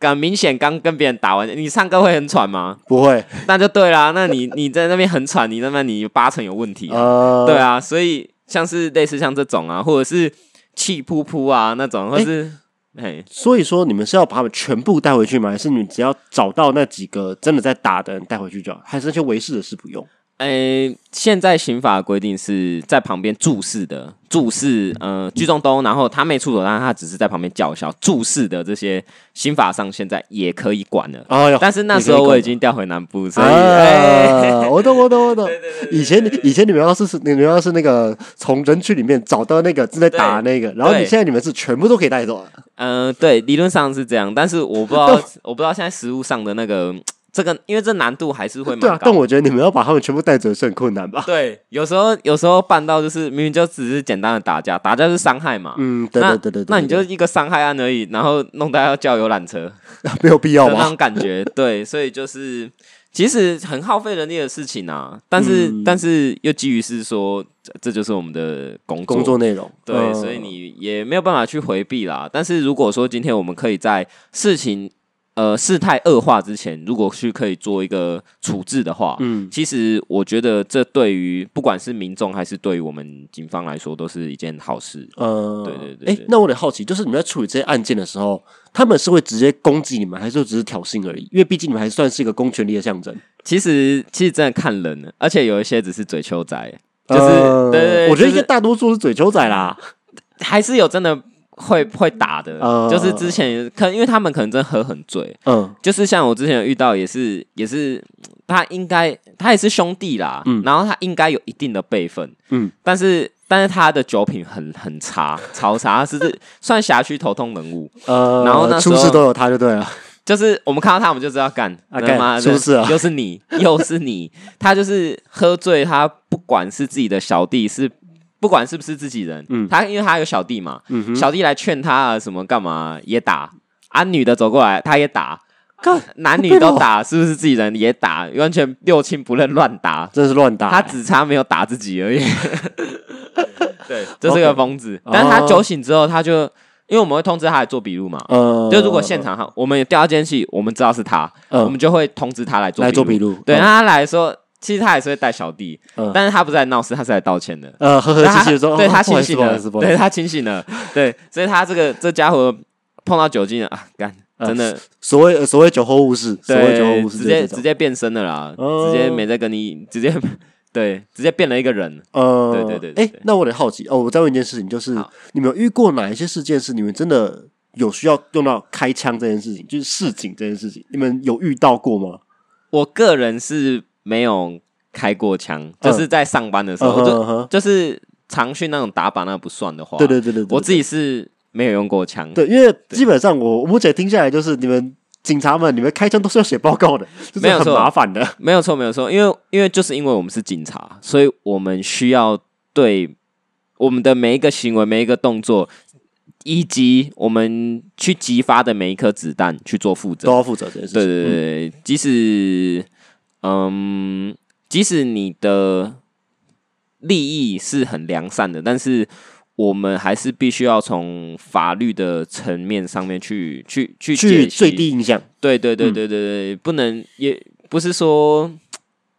B: 很明显刚跟别人打完，你唱歌会很喘吗？
A: 不会，
B: 那就对啦。那你你在那边很喘，你那边你八成有问题啊。
A: 呃，
B: 对，啊，所以像是类似像这种啊，或者是气噗噗啊那种，或是嘿，
A: 所以说你们是要把他们全部带回去吗？还是你们只要找到那几个真的在打的人带回去就好？还是那些维士的事不用？
B: 诶、现在刑法规定是在旁边注视的，注视呃居中东，然后他没出手，但他只是在旁边叫嚣，注视的这些刑法上现在也可以管了。
A: 哎呦，
B: 但是那时候我已经调回南部，所以、哎
A: 啊，我懂，我懂，我懂。以前你以前你们要是是你们要是那个从人群里面找到那个正在打的那个，然后你
B: 对
A: 现在你们是全部都可以带走了。
B: 嗯，对，理论上是这样，但是我 不知道，我不知道现在实物上的那个这个，因为这难度还是会
A: 对
B: 蛮
A: 啊，但
B: 高。
A: 我觉得你们要把他们全部带走也是很困难吧？
B: 对，有时候有时候办到就是明明就只是简单的打架，打架是伤害嘛。
A: 嗯，对
B: 啊那
A: 对对对对，
B: 那你
A: 对
B: 就一个伤害案而已，然后弄到要叫游览车的
A: 没有必要
B: 那
A: 吧？
B: 种感觉，对，所以就是其实很耗费人力的事情啊，但是、
A: 嗯
B: 但是又基于是说这这就是我们的工作
A: 工作内容
B: 对，
A: 嗯
B: 所以你也没有办法去回避啦。但是如果说今天我们可以在事情呃事态恶化之前，如果去可以做一个处置的话，
A: 嗯，
B: 其实我觉得这对于不管是民众还是对于我们警方来说，都是一件好事。
A: 呃，
B: 对对对
A: 哎、
B: 对
A: 那我得好奇，就是你们在处理这些案件的时候，他们是会直接攻击你们，还是只是挑衅而已？因为毕竟你们还算是一个公权力的象征。
B: 其实其实真的看人了，而且有一些只是嘴丘仔，就是、
A: 呃
B: 对对对，
A: 我觉得应
B: 就
A: 该
B: 是
A: 大多数是嘴球仔 啦。
B: 还是有真的会会打的，
A: 呃
B: 就是之前可能因为他们可能真的喝很醉，
A: 嗯
B: 就是像我之前有遇到也是也是他应该他也是兄弟啦，
A: 嗯
B: 然后他应该有一定的辈分，
A: 嗯，
B: 但是。但是他的酒品很很差，超差，是是算辖区头痛人物。
A: 呃，
B: 然后那时
A: 出
B: 候
A: 事都有他就对了。
B: 就是我们看到他，我们就知道干，
A: 啊
B: 他
A: 干
B: 妈的
A: 是不是啊
B: 又是你，又是你，他就是喝醉，他不管是自己的小弟，是不管是不是自己人，
A: 嗯
B: 他因为他有小弟嘛，
A: 嗯哼，
B: 小弟来劝他啊什么干嘛也打，啊女的走过来他也打，
A: 干
B: 男女都打，是不是自己人也打，完全六亲不认乱打，
A: 真是乱打、欸
B: 他只差没有打自 己而已。对， 这是个疯子，
A: 哦
B: 但是他酒醒之后，他就因为我们会通知他来做笔录嘛，
A: 呃，
B: 就如果现场哈，我们有调到监视器，我们知道是他，
A: 嗯
B: 我们就会通知他来做
A: 来做笔
B: 录。
A: 录，
B: 对，那
A: 嗯
B: 他来说，其实他也是会带小弟
A: 嗯，
B: 但是他不是来闹事，他是来道歉的。
A: 呃，和和
B: 但
A: 气
B: 他
A: 气的说，
B: 对
A: 哦
B: 他
A: 不好
B: 清
A: 意思
B: 醒
A: 不好
B: 了
A: 意思，不好意
B: 对
A: 思，
B: 他清醒了，对，所以他这个这家伙碰到酒精了啊，干，
A: 呃
B: 真的，
A: 所谓所谓酒后误事，所谓酒后
B: 对，
A: 误事，
B: 直接直，接变身了啦，
A: 哦
B: 直接没在跟你，直接 对，直接变了一个人。
A: 呃，
B: 对对对对
A: 哎、
B: 对
A: 那我得好奇哦，我再问一件事情，就是
B: 好
A: 你们有遇过哪一些事件是你们真的有需要用到开枪这件事情，就是示警这件事情，你们有遇到过吗？
B: 我个人是没有开过枪，就是在上班的时
A: 嗯
B: 候，
A: 哼
B: 就
A: 嗯哼，
B: 就是常去那种打靶那不算的话，
A: 对对对对，对
B: 我自己是没有用过枪，
A: 对，因为基本上我我目前听下来就是你们。警察们，你们开枪都是要写报告的，就是
B: 没有
A: 很
B: 错
A: 麻烦的。
B: 没有错没有错，因为因为就是因为我们是警察，所以我们需要对我们的每一个行为、每一个动作，以及我们去击发的每一颗子弹去做负责
A: 都。要负责这件事情。
B: 对对对，对即使嗯，即使你的利益是很良善的，但是我们还是必须要从法律的层面上面去去去
A: 去
B: 解析
A: 最低影响。
B: 对对对对对对，不能也不是说。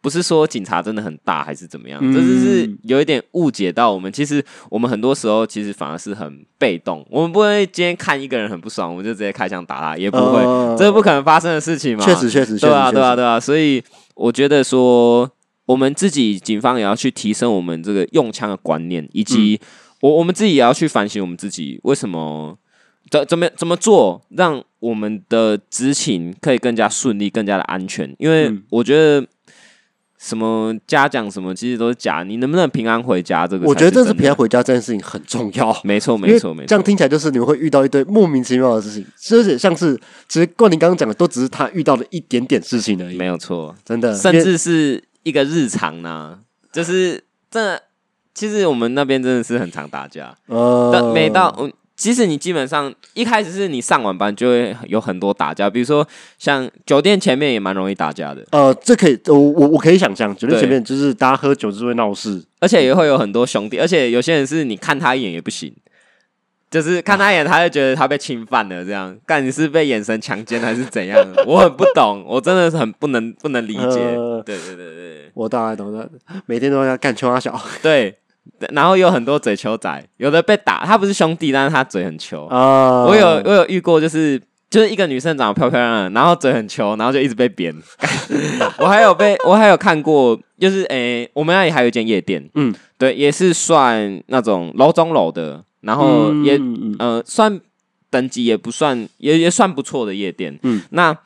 B: 不是说警察真的很大还是怎么样，
A: 嗯
B: 这就是有一点误解到我们。其实我们很多时候其实反而是很被动，我们不会今天看一个人很不爽，我们就直接开枪打他，也不会。
A: 呃
B: 这是不可能发生的事情嘛？
A: 确实，确实，
B: 对啊，
A: 确实
B: 对
A: 确
B: 啊，
A: 实
B: 对啊。所以我觉得说，我们自己警方也要去提升我们这个用枪的观念，以及
A: 嗯
B: 我我们自己也要去反省我们自己为什么怎怎么怎么做，让我们的执勤可以更加顺利、更加的安全。因为
A: 嗯
B: 我觉得。什么嘉奖什么，其实都是假。你能不能平安回家？这个
A: 我觉得
B: 这
A: 这是平安回家这件事情很重要。
B: 没错，
A: 因
B: 没
A: 为
B: 错，没错。
A: 这样听起来就是你们会遇到一堆莫名其妙的事情，就是像是其实冠霖刚刚讲的，都只是他遇到的一点点事情而已
B: 没，有错。
A: 真的。
B: 甚
A: 呃因为
B: 至是一个日常呢、就是真的，其实我们那边真的是很常打架，但
A: 呃，
B: 每到嗯，即使你基本上一开始是你上晚班就会有很多打架，比如说像酒店前面也蛮容易打架的，
A: 呃，这可以，我我我可以想象，绝对
B: 对
A: 前面就是大家喝酒就会闹事，
B: 而且也会有很多兄弟，而且有些人是你看他一眼也不行。就是看他一眼，他就觉得他被侵犯了，这样干你是被眼神强奸还是怎样？我很不懂，我真的是很不能不能理解。
A: 呃
B: 对对对对
A: 我大概懂的，每天都要干秋阿 小
B: 对，然后有很多嘴球仔，有的被打，他不是兄弟，但是他嘴很球。
A: 啊，
B: 我有我有遇过，就是就是一个女生长得漂漂亮亮，然后嘴很球，然后就一直被 扁。我还有被我还有看过，就是诶、我们那里还有一间夜店，
A: 嗯
B: 嗯，对，也是算那种楼中楼的，然后也、
A: 嗯嗯
B: 呃算等级也不算也也算不错的夜店，
A: 嗯
B: 嗯，那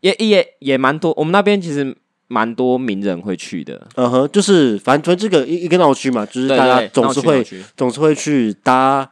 B: 也也也蛮多，我们那边其实蛮多名人会去的，
A: 嗯哼，就是反正这个一一个闹区嘛，就是
B: 对
A: 大家
B: 对
A: 总
B: 闹
A: 是
B: 区闹
A: 会
B: 区
A: 总是会去搭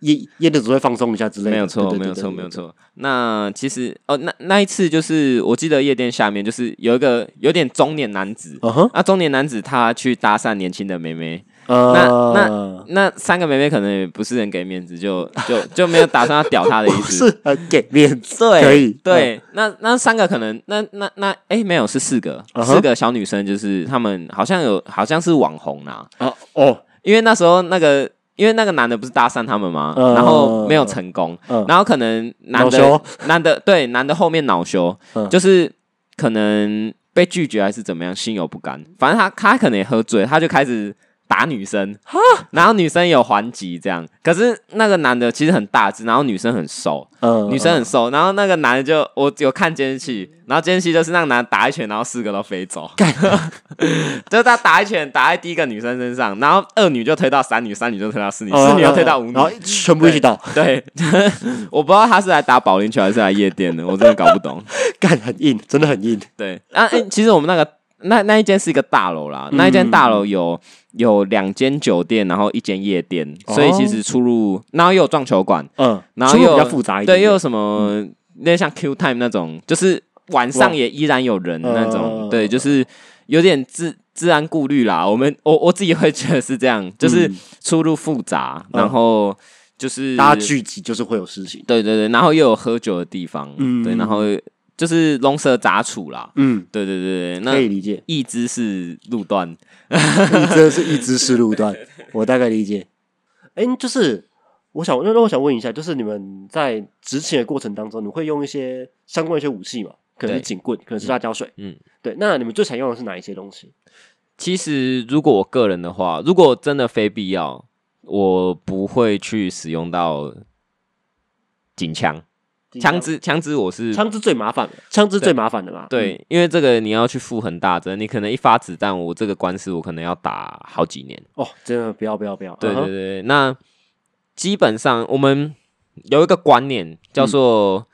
A: 夜夜店，只会放松一下之类的。
B: 没有错，
A: 对
B: 没有错，没有。错。那其实哦，那那一次就是我记得夜店下面就是有一个有点中年男子，
A: 对对对对嗯哼，
B: 那中年男子他去搭讪年轻的妹妹，
A: 呃，
B: 那三个妹妹可能也不是很给面子，就就就没有打算要屌他的意
A: 不
B: 思。
A: 哦是很给面子，
B: 对，
A: 可以
B: 对，那那三个可能，那那那，哎、没有，是四个
A: 嗯哼
B: 四个小女生，就是她们好像有，好像是网红啦、
A: 啊哦，
B: 因为那时候那个因为那个男的不是搭讪他们吗？
A: 嗯
B: 然后没有成功，
A: 嗯
B: 然后可能男
A: 恼
B: 的男的对男的后面恼羞，
A: 嗯
B: 就是可能被拒绝还是怎么样，心有不甘。反正他他可能也喝醉，他就开始打女生，然后女生有还击这样。可是那个男的其实很大只，然后女生很瘦，
A: 嗯，
B: 女生很瘦，然后那个男的就我有看监视器，然后监视器就是那个男的打一拳，然后四个都飞走， 就是他打一拳打在第一个女生身上，然后二女就推到三女，三女就推到四女，
A: 哦
B: 四女又推到五女
A: 然，后全部一起倒，
B: 对， 我不知道他是来打保龄球还是来夜店的，我真的搞不 懂。
A: 干很硬，真的很硬。
B: 对，那、啊欸其实我们那个那那一间是一个大楼啦，
A: 嗯
B: 那一间大楼有有两间酒店，然后一间夜店，所
A: 哦
B: 以其实出入，然后又有撞球馆，
A: 嗯，
B: 然后
A: 出
B: 又
A: 入
B: 哦有
A: 比较复杂一点，
B: 对，又有什么
A: 嗯
B: 那像 Q Time 那种，就是晚上也依然有人那种，
A: 嗯
B: 对，就是有点治治安顾虑啦。我们我我自己会觉得是这样，就是
A: 嗯
B: 出入复杂，然后就是
A: 大家聚集就是会有事情。
B: 对对对，然后又有喝酒的地方，
A: 嗯
B: 对，然后就是龙蛇杂处啦，
A: 嗯，
B: 对对对对，
A: 可以
B: 那，
A: 理解
B: 一只是路段，
A: 你真的是一知是路段， 我大概理解。哎，就是我想，那那我想问一下，就是你们在执勤的过程当中，你会用一些相关的一些武器嘛？可能是
B: 对
A: 警棍，可能是辣椒水。
B: 嗯，
A: 对。那你们最常用的是哪一些东西？
B: 其实，如果我个人的话，如果真的非必要，我不会去使用到警枪、枪支。枪支我是
A: 枪支最麻烦了，枪支最麻烦的嘛。嗯
B: 对，因为这个你要去负很大责任，你可能一发子弹，我这个官司我可能要打好几年。
A: 哦，真的不要不要不要。
B: 对
A: 嗯
B: 对
A: 哼
B: 对，对那基本上我们有一个观念
A: 嗯
B: 叫做、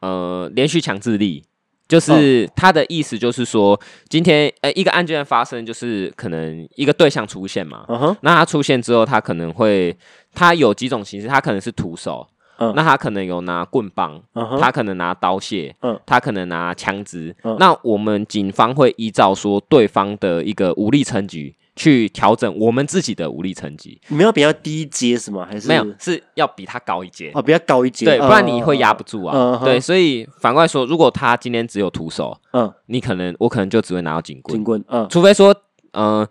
B: 呃连续强制力，
A: 哦
B: 就是它的意思就是说，今天呃一个案件发生，就是可能一个对象出现嘛，
A: 嗯哼，
B: 那他出现之后，他可能会，他有几种形式，他可能是徒手，
A: 嗯
B: 那他可能有拿棍棒，
A: 嗯哼，
B: 他可能拿刀械，
A: 嗯
B: 他可能拿枪支。
A: 嗯
B: 那我们警方会依照说对方的一个武力层级去调整我们自己的武力层级，
A: 你们要比较低阶是吗？还是
B: 没有是要比他高一阶。
A: 哦，比较高一阶，
B: 对，
A: 嗯
B: 不然你会压不住
A: 嗯
B: 啊。
A: 哼
B: 对，所以反过来说，如果他今天只有徒手，
A: 嗯
B: 你可能我可能就只会拿到警棍
A: 警，棍，嗯
B: 除非说，呃，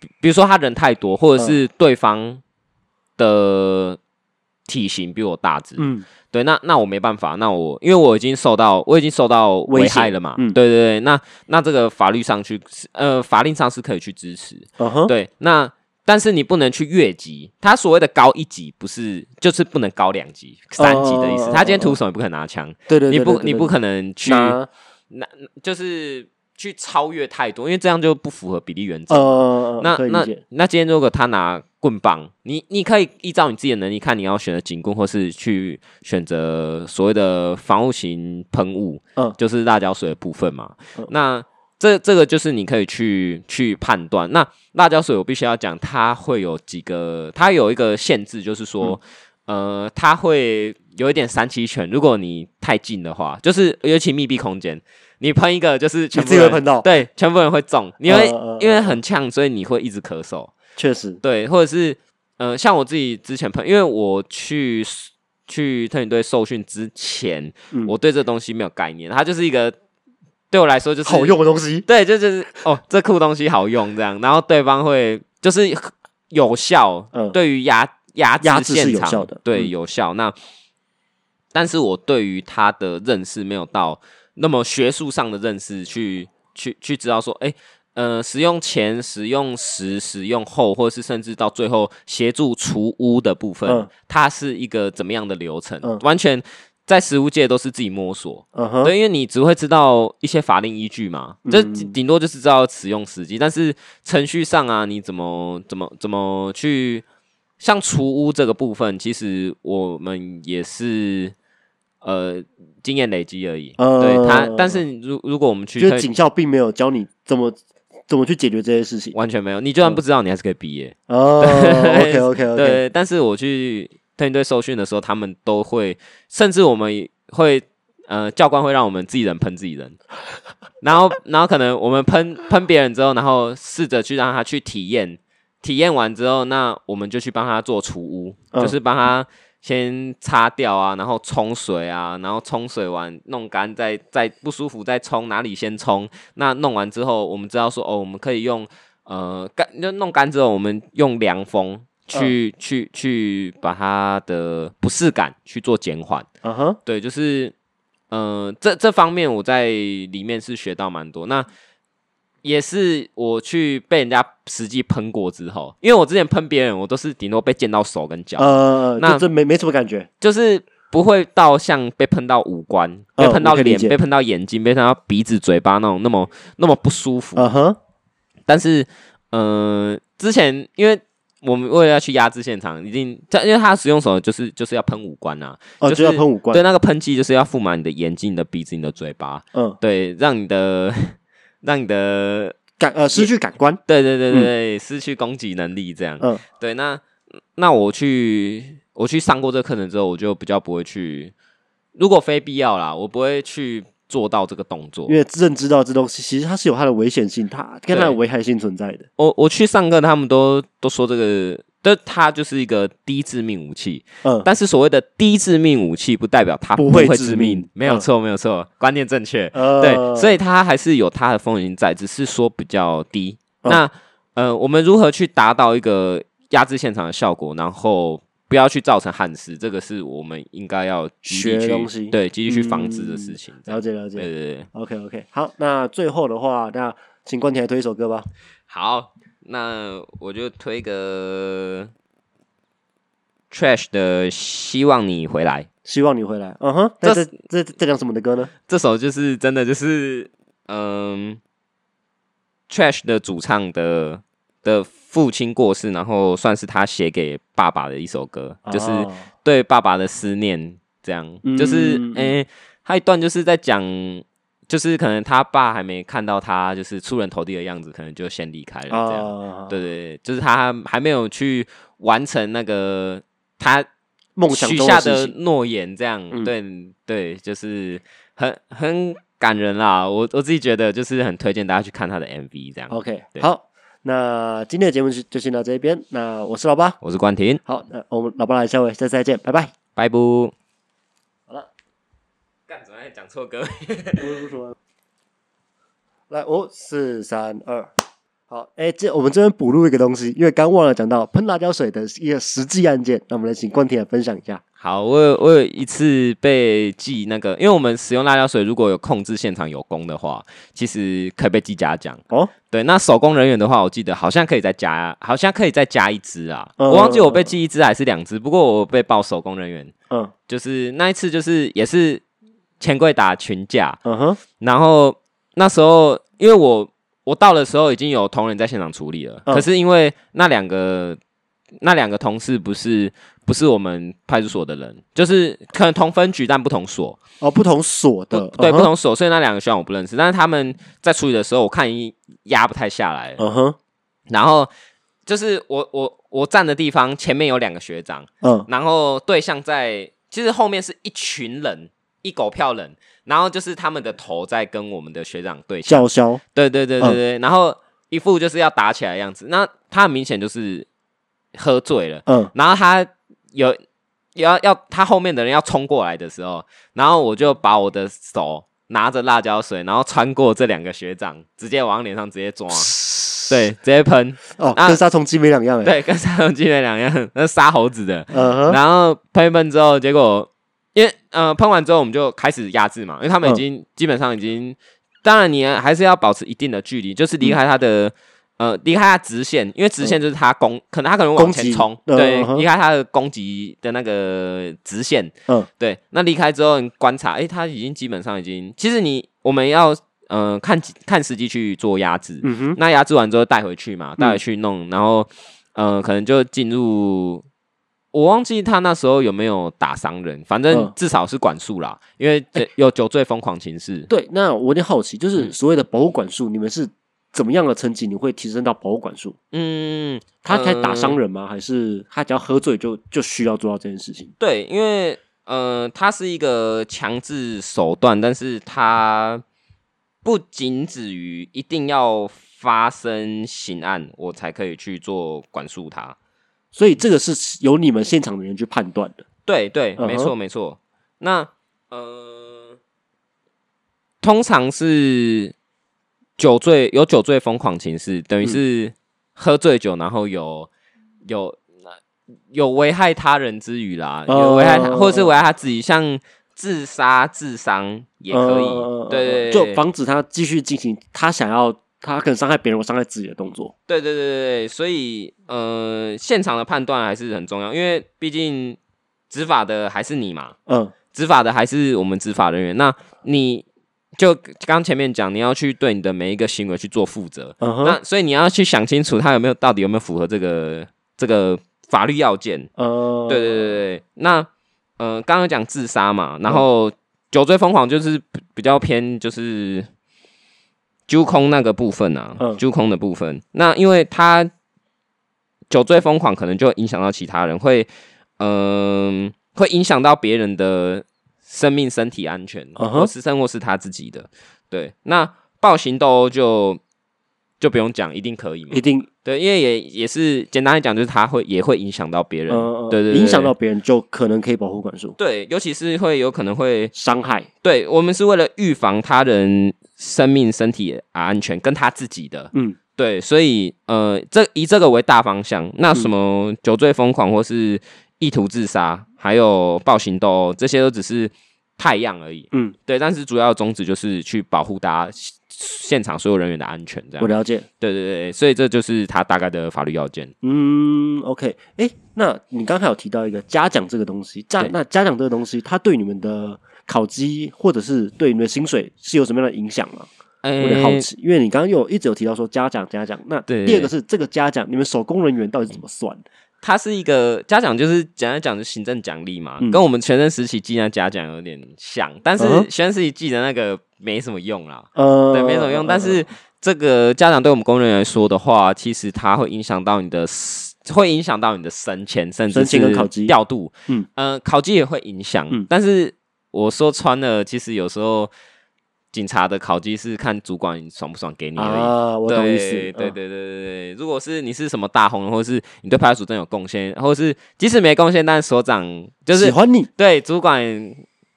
B: 比比如说他人太多，或
A: 嗯
B: 者是对方的体型比我大只，
A: 嗯
B: 对，那那我没办法，那我因为我已经受到我已经受到
A: 威
B: 危
A: 胁
B: 害了嘛，
A: 嗯
B: 对对对，那那这个法律上去，呃，法令上是可以去支持，
A: 嗯哼，
B: 对，那但是你不能去越级，他所谓的高一级不是就是不能高两级、三级的意思，
A: 哦
B: 他今天徒手也不可能拿枪，
A: 对对，
B: 你
A: 对
B: 不
A: 对
B: 你
A: 对
B: 不
A: 对
B: 可能去
A: 拿
B: 就是去超越太多，因为这样就不符合比例原则。
A: 呃，
B: 那
A: 可以理
B: 那
A: 解
B: 那今天如果他拿棍棒，你你可以依照你自己的能力看你要选择警棍，或是去选择所谓的防护型喷雾，
A: 嗯
B: 就是辣椒水的部分嘛。
A: 嗯
B: 那这这个就是你可以去去判断。那辣椒水我必须要讲，它会有几个，它有一个限制，就是说，
A: 嗯
B: 呃，它会有一点三七拳，如果你太近的话，就是尤其密闭空间。你喷一个就是全部
A: 自己会
B: 人
A: 喷到
B: 对，全部人会中，你会、
A: 嗯嗯嗯
B: 因为很呛，所以你会一直咳嗽。
A: 确实，
B: 对，或者是呃，像我自己之前碰，因为我去 s- 去特警队受训之前，
A: 嗯
B: 我对这东西没有概念，它就是一个对我来说就是
A: 好，用的东西，
B: 对，就就是哦，这酷东西好用这样，然后对方会就是有效，
A: 嗯
B: 对于压压
A: 压制
B: 制
A: 是
B: 现
A: 有
B: 场
A: 效的
B: 对
A: 嗯
B: 有效。那但是我对于它的认识没有到那么学术上的认识去去去知道说，哎、呃，使用前、使用时、使用后，或者是甚至到最后协助除污的部分，
A: 嗯
B: 它是一个怎么样的流程？
A: 嗯
B: 完全在食物界都是自己摸索。
A: 嗯哼，
B: 对，因为你只会知道一些法令依据嘛，这顶顶多就是知道使用时机，但是程序上啊，你怎么怎么怎么去像除污这个部分，其实我们也是呃经验累积而已。
A: 呃
B: 对它，但是你如如果我们去
A: 就
B: 特
A: 是警校并没有教你怎么怎么去解决这些 事情。
B: 完全没有，你就算不知道，你还是可以毕业。
A: 哦，OK OK OK，
B: 对，但是我去特勤队受训的时候，他们都会，甚至我们会，呃，教官会让我们自己人喷自己人， 然后，然后可能我们喷喷别人之后，然后试着去让他去体验，体验完之后，那我们就去帮他做除污，
A: 嗯
B: 就是帮他先擦掉啊，然后冲水啊，然后冲水完弄干，再再不舒服再冲，哪里先冲？那弄完之后，我们知道说哦，我们可以用呃干，就弄干之后，我们用凉风去、
A: 嗯
B: 去去把他的不适感去做减缓。
A: 啊哈，
B: 对，就是呃，这这方面我在里面是学到蛮多。那也是我去被人家实际喷过之后，因为我之前喷别人，我都是顶多被溅到手跟脚，
A: 呃，
B: 那
A: 那这没没什么感觉，
B: 就是不会到像被喷到五官、
A: 嗯
B: 被喷到
A: 我可以理
B: 脸、
A: 解
B: 被喷到眼睛、被喷到鼻子、嘴巴那种那么那么不舒服。
A: 啊哈，
B: 但是，呃，之前因为我们为了要去压制现场，一定，这因为他使用手就是就是要喷五官啊，
A: 哦，
B: 就
A: 就要
B: 是
A: 喷五官
B: 对，，那个喷剂就是要覆满你的眼睛、你的鼻子、你的嘴巴，
A: 嗯，
B: 对，让你的 让你的
A: 感呃失去感官，
B: 对对对对对、失去攻击能力这样。
A: 嗯
B: 对，那那我去我去上过这个课程之后，我就比较不会去，如果非必要啦，我不会去做到这个动作
A: 因。为认知到这东西其实它是有它的危险性，它跟它的
B: 对
A: 危害性存在的，
B: 我我去上课，他们都都说这个，但它就是一个低致命武器。
A: 嗯，
B: 但是所谓的低致命武器，不代表它
A: 不
B: 会
A: 会
B: 致
A: 致
B: 命
A: 命，
B: 没有
A: 嗯
B: 错，没有错，观念正确。
A: 呃，
B: 对，所
A: 以
B: 以它还是有它的风险在，只是说比较低。
A: 嗯
B: 那呃，我们如何去达到一个压制现场的效果，然后不要去造成憾事，这个是我们应该要极
A: 学
B: 力去
A: 东西嗯
B: 对，积极去防止的事情。这样
A: 了解了
B: 对
A: 解
B: 对对，
A: ，OK OK，好，那最后的话，那请关田来推一首歌吧，
B: 好，那我就推个 Trash 的《希望你回来》
A: 希望你回来，嗯哼，那
B: 这
A: 这这这讲什么的歌呢？
B: 这首，就是真的就是嗯，Trash 的主唱的的父亲过世，然后算是他写给爸爸的一首歌，就是
A: 啊
B: 对爸爸的思念，这样、就是
A: 嗯嗯嗯
B: 诶、他一段就是在讲。就是可能他爸还没看到他就是出人头地的样子，可能就先离开了这样。
A: 啊，
B: 对对，对，就是他还没有去完成那个他
A: 梦想
B: 许
A: 中
B: 下
A: 事
B: 的
A: 情
B: 诺言，这样，
A: 嗯
B: 对对，就是很很感人啦。我我自己觉得就是很推荐大家去看他的 MV 这样。
A: OK，
B: 对
A: 好，那今天的节目就就先到这边。那我是老八，
B: 我是关婷，
A: 好，那我们老八来下回，下次再见，拜拜。
B: 拜拜。
A: 好了，
B: 干怎么还讲错歌？
A: 来，我四三二，好，哎、这我们这边补录一个东西，因为刚忘了讲到喷辣椒水的一个实际案件，那我们来请关婷来分享一下。
B: 好，我有我有一次被记那个，因为我们使用辣椒水，如果有控制现场有功的话，其实可以被记嘉奖。
A: 哦，
B: 对，那手工人员的话，我记得好像可以再加，好像可以再加一只啊。
A: 嗯
B: 我忘记我被记一只还是两只，不过我被报手工人员，
A: 嗯
B: 就是那一次就是也是钱柜打群架，
A: 嗯哼，
B: 然后那时候因为我我到的时候已经有同仁在现场处理了，
A: 嗯
B: 可是因为那两个那两个同事不是不是我们派出所的人，就是可能同分局但不同所，
A: 哦，不同所
B: 不
A: 的，嗯
B: 对不
A: 哼，
B: 同所，所以那两个学长我不认识，但是他们在处理的时候，我看已经压不太下来了。
A: 嗯哼，
B: 然后就是我我我站的地方前面有两个学长，
A: 嗯，
B: 然后对象在，其实后面是一群人，一狗票人，然后就是他们的头在跟我们的学长对象，
A: 叫嚣，
B: 对对对对对，然后一副就是要打起来的样子，那他很明显就是喝醉了，
A: 嗯
B: 然后他有。要要他后面的人要冲过来的时候，然后我就把我的手拿着辣椒水，然后穿过这两个学长，直接往脸上直接抓，对，直接喷，
A: 哦，
B: 啊
A: 跟杀虫剂没两样哎、欸，
B: 对，跟杀虫剂那两样，那是杀猴子的。
A: 嗯哼，
B: 然后喷一喷之后，结果因为呃喷完之后我们就开始压制嘛，因为他们已
A: 嗯
B: 经、基本上已经，当然你还是要保持一定的距离，就是离开他
A: 嗯
B: 的、呃离开他直线，因为直线就是他攻，可能他可能往
A: 攻
B: 前
A: 击
B: 冲，
A: 嗯
B: 对
A: 嗯，哼
B: 离开他的攻击的那个直线，
A: 嗯，
B: 对，那离开之后你观察，诶，他已经基本上已经，其实你我们要呃看看时机去做压制，
A: 嗯哼，
B: 那压制完之后带回去嘛，带回去弄，然后呃，可能就进入，我忘记他那时候有没有打伤人，反
A: 嗯
B: 正
A: 哎
B: 至少是管束啦，因为这有酒醉疯狂情事。
A: 对，那我有点好奇，就是
B: 嗯
A: 所谓的保护管束，你们是怎么样的成绩你会提升到保护管束？
B: 嗯，
A: 他才打
B: 呃
A: 伤人吗？还是他只要喝醉就就需要做到这件事情？
B: 对，因为呃，它是一个强制手段，但是它不仅止于一定要发生刑案，我才可以去做管束它。
A: 所以这个是由你们现场的人去判断的。
B: 对对，没
A: 嗯
B: 错
A: 哼
B: 没错。那呃，通常是酒醉有酒醉疯狂情事，等于
A: 嗯
B: 是喝醉酒，然后有有有危害他人之余啦，
A: 哦
B: 有危害他，或者是危害他自己，像自杀、自伤也可以。
A: 呃
B: 对对
A: 就
B: 对，
A: 防止他继续进行他想要他可能伤害别人或伤害自己的动作。
B: 对对对对对，所以呃，现场的判断还是很重要，因为毕竟执法的还是你嘛，
A: 嗯
B: 执法的还是我们执法人员。那你就刚前面讲，你要去对你的每一个行为去做负责。
A: 嗯哼，
B: 那所以你要去想清楚，他有没有到底有没有符合这个这个法律要件？
A: 呃，
B: 对对对对。那呃，刚刚讲自杀嘛，然后酒醉疯狂就是比比较偏就是揪空那个部分啊
A: 嗯，
B: 揪空的部分。那因为他酒醉疯狂，可能就会影响到其他人，会嗯、会影响到别人的生命、身体安全，
A: 嗯哼
B: 或是甚或是他自己的。对，那暴行斗殴就就不用讲，一定可以嘛
A: 一。定
B: 对，因为也也是简单来讲，就是他会也会影响到别人，
A: 呃
B: 对对对
A: 影响到别人就可能可以保护管束
B: 对，尤其是会有可能会，
A: 伤害。
B: 对我们是为了预防他人生命、身体啊安全跟他自己的，
A: 嗯，
B: 对，所以呃，这以这个为大方向，
A: 嗯
B: 那什么酒醉疯狂或是意图自杀，还有暴行斗殴，这些都只是太样而已，
A: 嗯，
B: 对，但是主要的宗旨就是去保护大家现现场所有人员的安全，这样
A: 我，了解。
B: 对对啊对，所以这就是他大概的法律要件。
A: 嗯，OK，哎、那你刚才有提到一个嘉奖这个东西，嘉
B: 对
A: 那嘉奖这个东西，它对你们的考绩或者是对你们的薪水是有什么样的影响吗？我有点好
B: 诶
A: 奇，因为你刚刚有一直有提到说嘉奖嘉奖，那
B: 对
A: 第二个是这个嘉奖，你们手工人员到底是怎么算？
B: 它是一个嘉奖，就是简单讲就是行政奖励嘛，
A: 嗯
B: 跟我们学生时期记那嘉奖有点像，但是
A: 嗯哼
B: 学生时期记的那个没什么用啦，
A: 呃，
B: 对，没什么用。但是这个家长对我们工人来说的话，其实它会影响到你的，会影响到你的升迁，甚至
A: 升迁跟
B: 是
A: 考绩
B: 调度。
A: 嗯
B: 嗯，呃，考绩也会影响。
A: 嗯
B: 但是我说穿了，其实有时候警察的考绩是看主管爽不爽给你而已。
A: 啊，我懂意思，
B: 对对对
A: 嗯，
B: 对对对，如果是你是什么大红人，或是你对派出所真有贡献，或是即使没贡献，但是所长就
A: 喜
B: 是
A: 欢你，
B: 对主管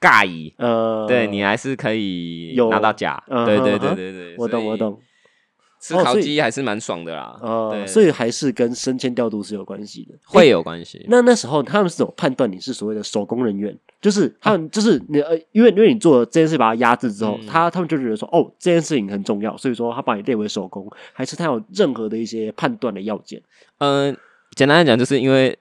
B: 尬意，
A: 呃，
B: 对你还是可以
A: 有
B: 拿到奖。
A: 嗯
B: 对
A: 哼
B: 对
A: 嗯哼
B: 对对对，
A: 我懂我，懂，
B: 吃
A: 哦
B: 烤
A: 所以
B: 鸡还是蛮爽的啦，
A: 呃，
B: 对
A: 所以还是跟升迁调度是有关系的，
B: 会有关系。
A: 那那时候他们是怎么判断你是所谓的手工人员？就是他
B: 啊
A: 们，就是你呃，因为因为你做了这件事把它压制之
B: 嗯
A: 后，他他们就觉得说，哦，这件事情很重要，所以说他把你列为手工，还是他有任何的一些判断的要件
B: 嗯，简单来讲，就是因为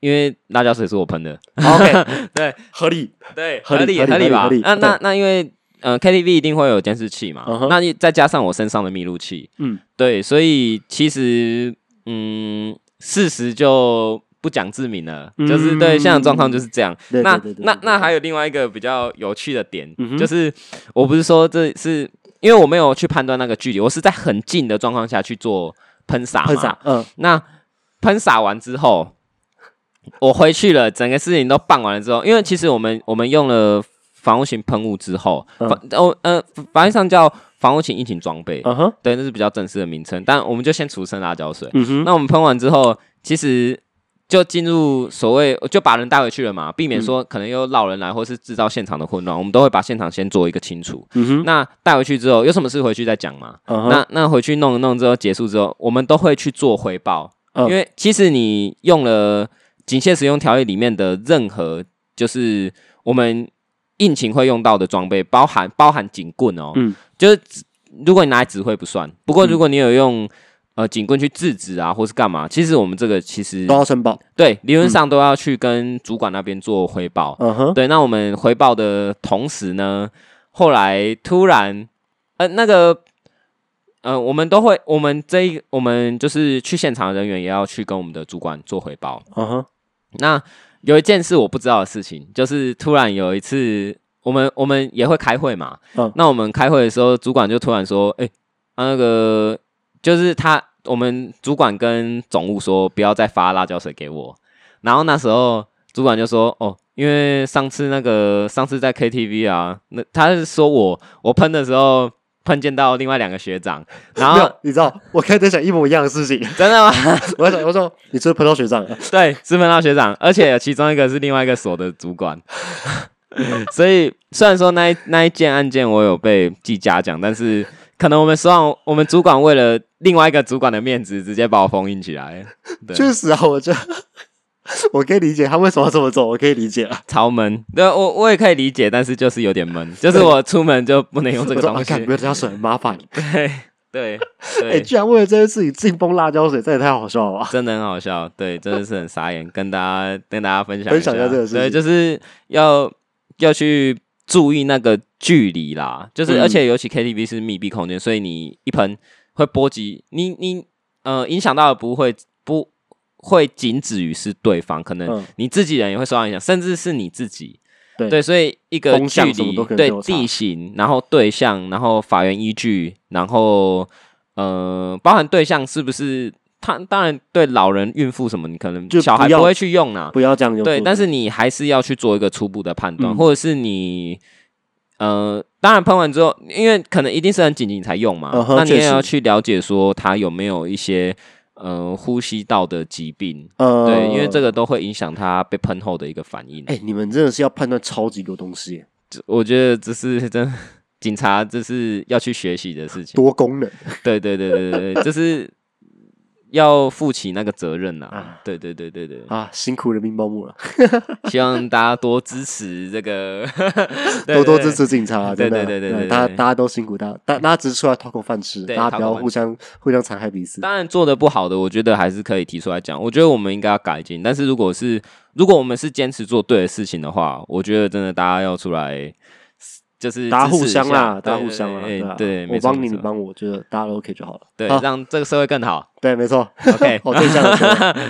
B: 因为辣椒水是我喷的，
A: ？OK，
B: 对
A: 合理。
B: 对，
A: 合
B: 合
A: 理
B: 理
A: 合理
B: 理吧
A: 合理？
B: 那那
A: 对
B: 那因为呃 KTV 一定会有监视器嘛
A: 嗯哼，
B: 那你再加上我身上的密录器，
A: 嗯，
B: 对，所以其实嗯，事实就不讲自明了，就是对
A: 嗯
B: 现在的状况就是这样。
A: 对
B: 那
A: 对对对
B: 那
A: 对对
B: 那还有另外一个比较有趣的点
A: 嗯哼，
B: 就是我不是说这是因为我没有去判断那个距离，我是在很近的状况下去做喷洒，
A: 很傻，。嗯，
B: 那喷洒完之后，我回去了，整个事情都办完了之后，因为其实我们我们用了防护型喷雾之后，
A: 嗯
B: 防哦呃，法律上叫防护型疫情装备，
A: 嗯哼，
B: 对，那是比较正式的名称。但我们就先除剩辣椒水。
A: 嗯哼，
B: 那我们喷完之后，其实就进入所谓就把人带回去了嘛，
A: 嗯
B: 避免说可能又闹人来，或是制造现场的混乱，我们都会把现场先做一个清除。
A: 嗯哼，
B: 那带回去之后，有什么事回去再讲嘛？
A: 嗯哼，
B: 那那回去弄一弄之后结束之后，我们都会去做回报，
A: 嗯
B: 因为其实你用了警械使用条例里面的任何，就是我们应勤会用到的装备，包含包含警棍哦，
A: 嗯
B: 就是指如果你拿来指挥不算，不过
A: 嗯
B: 如果你有用、呃警棍去制止啊，或是干嘛，其实我们这个其实
A: 都要申报。
B: 对理论上都要去跟主管那边做汇报，
A: 嗯哼，
B: 对，那我们回报的同时呢，后来突然，呃，那个，呃，我们都会，我们这一，我们就是去现场的人员也要去跟我们的主管做回报。
A: 嗯哼，
B: 那有一件事我不知道的事情，就是突然有一次，我们我们也会开会嘛，
A: 嗯
B: 那我们开会的时候，主管就突然说，哎、啊那个就是他，我们主管跟总务说不要再发辣椒水给我，然后那时候主管就说，哦。因为上次那个上次在 KTV 啊，那他是说我我喷的时候喷溅到另外两个学长，然
A: 没
B: 后
A: 有，你知道，我开始想一模一样的事情。
B: 真的吗？
A: 我想，我说你是不是碰到学长了？
B: 对，是分到学长，而且其中一个是另外一个所的主管。 所以虽然说那一那一件案件我有被记嘉奖，但是可能我们希望我们主管为了另外一个主管的面子，直接把我封印起来。对
A: 确实啊，我这 我可以理解他为什么要这么做，我可以理解 啊。
B: 超闷。对，我我也可以理解，但是就是有点闷，就是我出门就不能用这 个
A: 我说
B: 东
A: 啊
B: 西
A: 干。不要加水，很麻烦。
B: 对对
A: 哎、
B: 对，
A: 居然为了这件事情进崩辣椒水，这也太好笑了吧！
B: 真的很好笑，对，真的是很傻眼，跟大家跟大家分享
A: 分享一下这个事情
B: 对，就是要要去注意那个距离啦，就是、
A: 嗯
B: 而且尤其 KTV 是密闭空间，所以你一喷会波及你你呃影响到的不会不会仅止于是对方，可能
A: 嗯
B: 你自己人也会受到影响，甚至是你自己。
A: 对
B: 对，所以一个
A: 风
B: 距
A: 向什么
B: 离
A: 都可能
B: 对
A: 都有差
B: 地形，然后对象，然后法源依据，然后呃，包含对象是不是他？当然，对老人、孕妇什么，你可能
A: 就
B: 小孩
A: 不要
B: 不会去用啦。
A: 不要这样用。
B: 对，但是你还是要去做一个初步的判断，
A: 嗯
B: 或者是你呃，当然喷完之后，因为可能一定是很紧急你才用嘛，
A: 嗯哼
B: 那你
A: 确
B: 也
A: 实
B: 要去了解说他有没有一些呃呼吸道的疾病。
A: 呃，
B: 对，因为这个都会影响他被喷后的一个反应。
A: 哎、你们真的是要判断超级多东西耶，
B: 我觉得这是真 警察这是要去学习的事情。
A: 多功能。
B: 对对对对对对，就是要负起那个责任呐、
A: 啊
B: 对对对对对，
A: 啊，辛苦人民保姆了，
B: 希望大家多支持 这个，
A: 多多支。持警察，
B: 对
A: 真的
B: 对对对对对
A: 大家大家都辛苦，大家大大家只是出来讨口饭吃，
B: 对
A: 大家
B: 讨
A: 不
B: 口
A: 要
B: 饭
A: 互相互相残害彼此。
B: 当然做的不好的，我觉得还是可以提出来讲。我觉得我们应该要改进，但是如果是如果我们是坚持做对的事情的话，我觉得真的大家要出来，就是
A: 大家
B: 支
A: 互
B: 持一
A: 相啦
B: 下，
A: 大家
B: 对
A: 互
B: 对
A: 相啦，
B: 对哎
A: 啊
B: 对，
A: 我
B: 没错
A: 帮你，
B: 没
A: 你
B: 错
A: 帮我，觉得大家都 OK 就好了。
B: 对，
A: 好
B: 让这个社会更 好。
A: 对，没错，
B: OK，
A: 我对象的球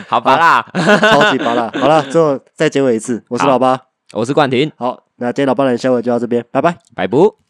B: 好吧啦，
A: 超级拔辣。好了，最后再结尾一次，我是
B: 好
A: 老八。
B: 我是冠廷，
A: 好，那今天老八的小尾就到这边，拜拜。
B: 拜拜。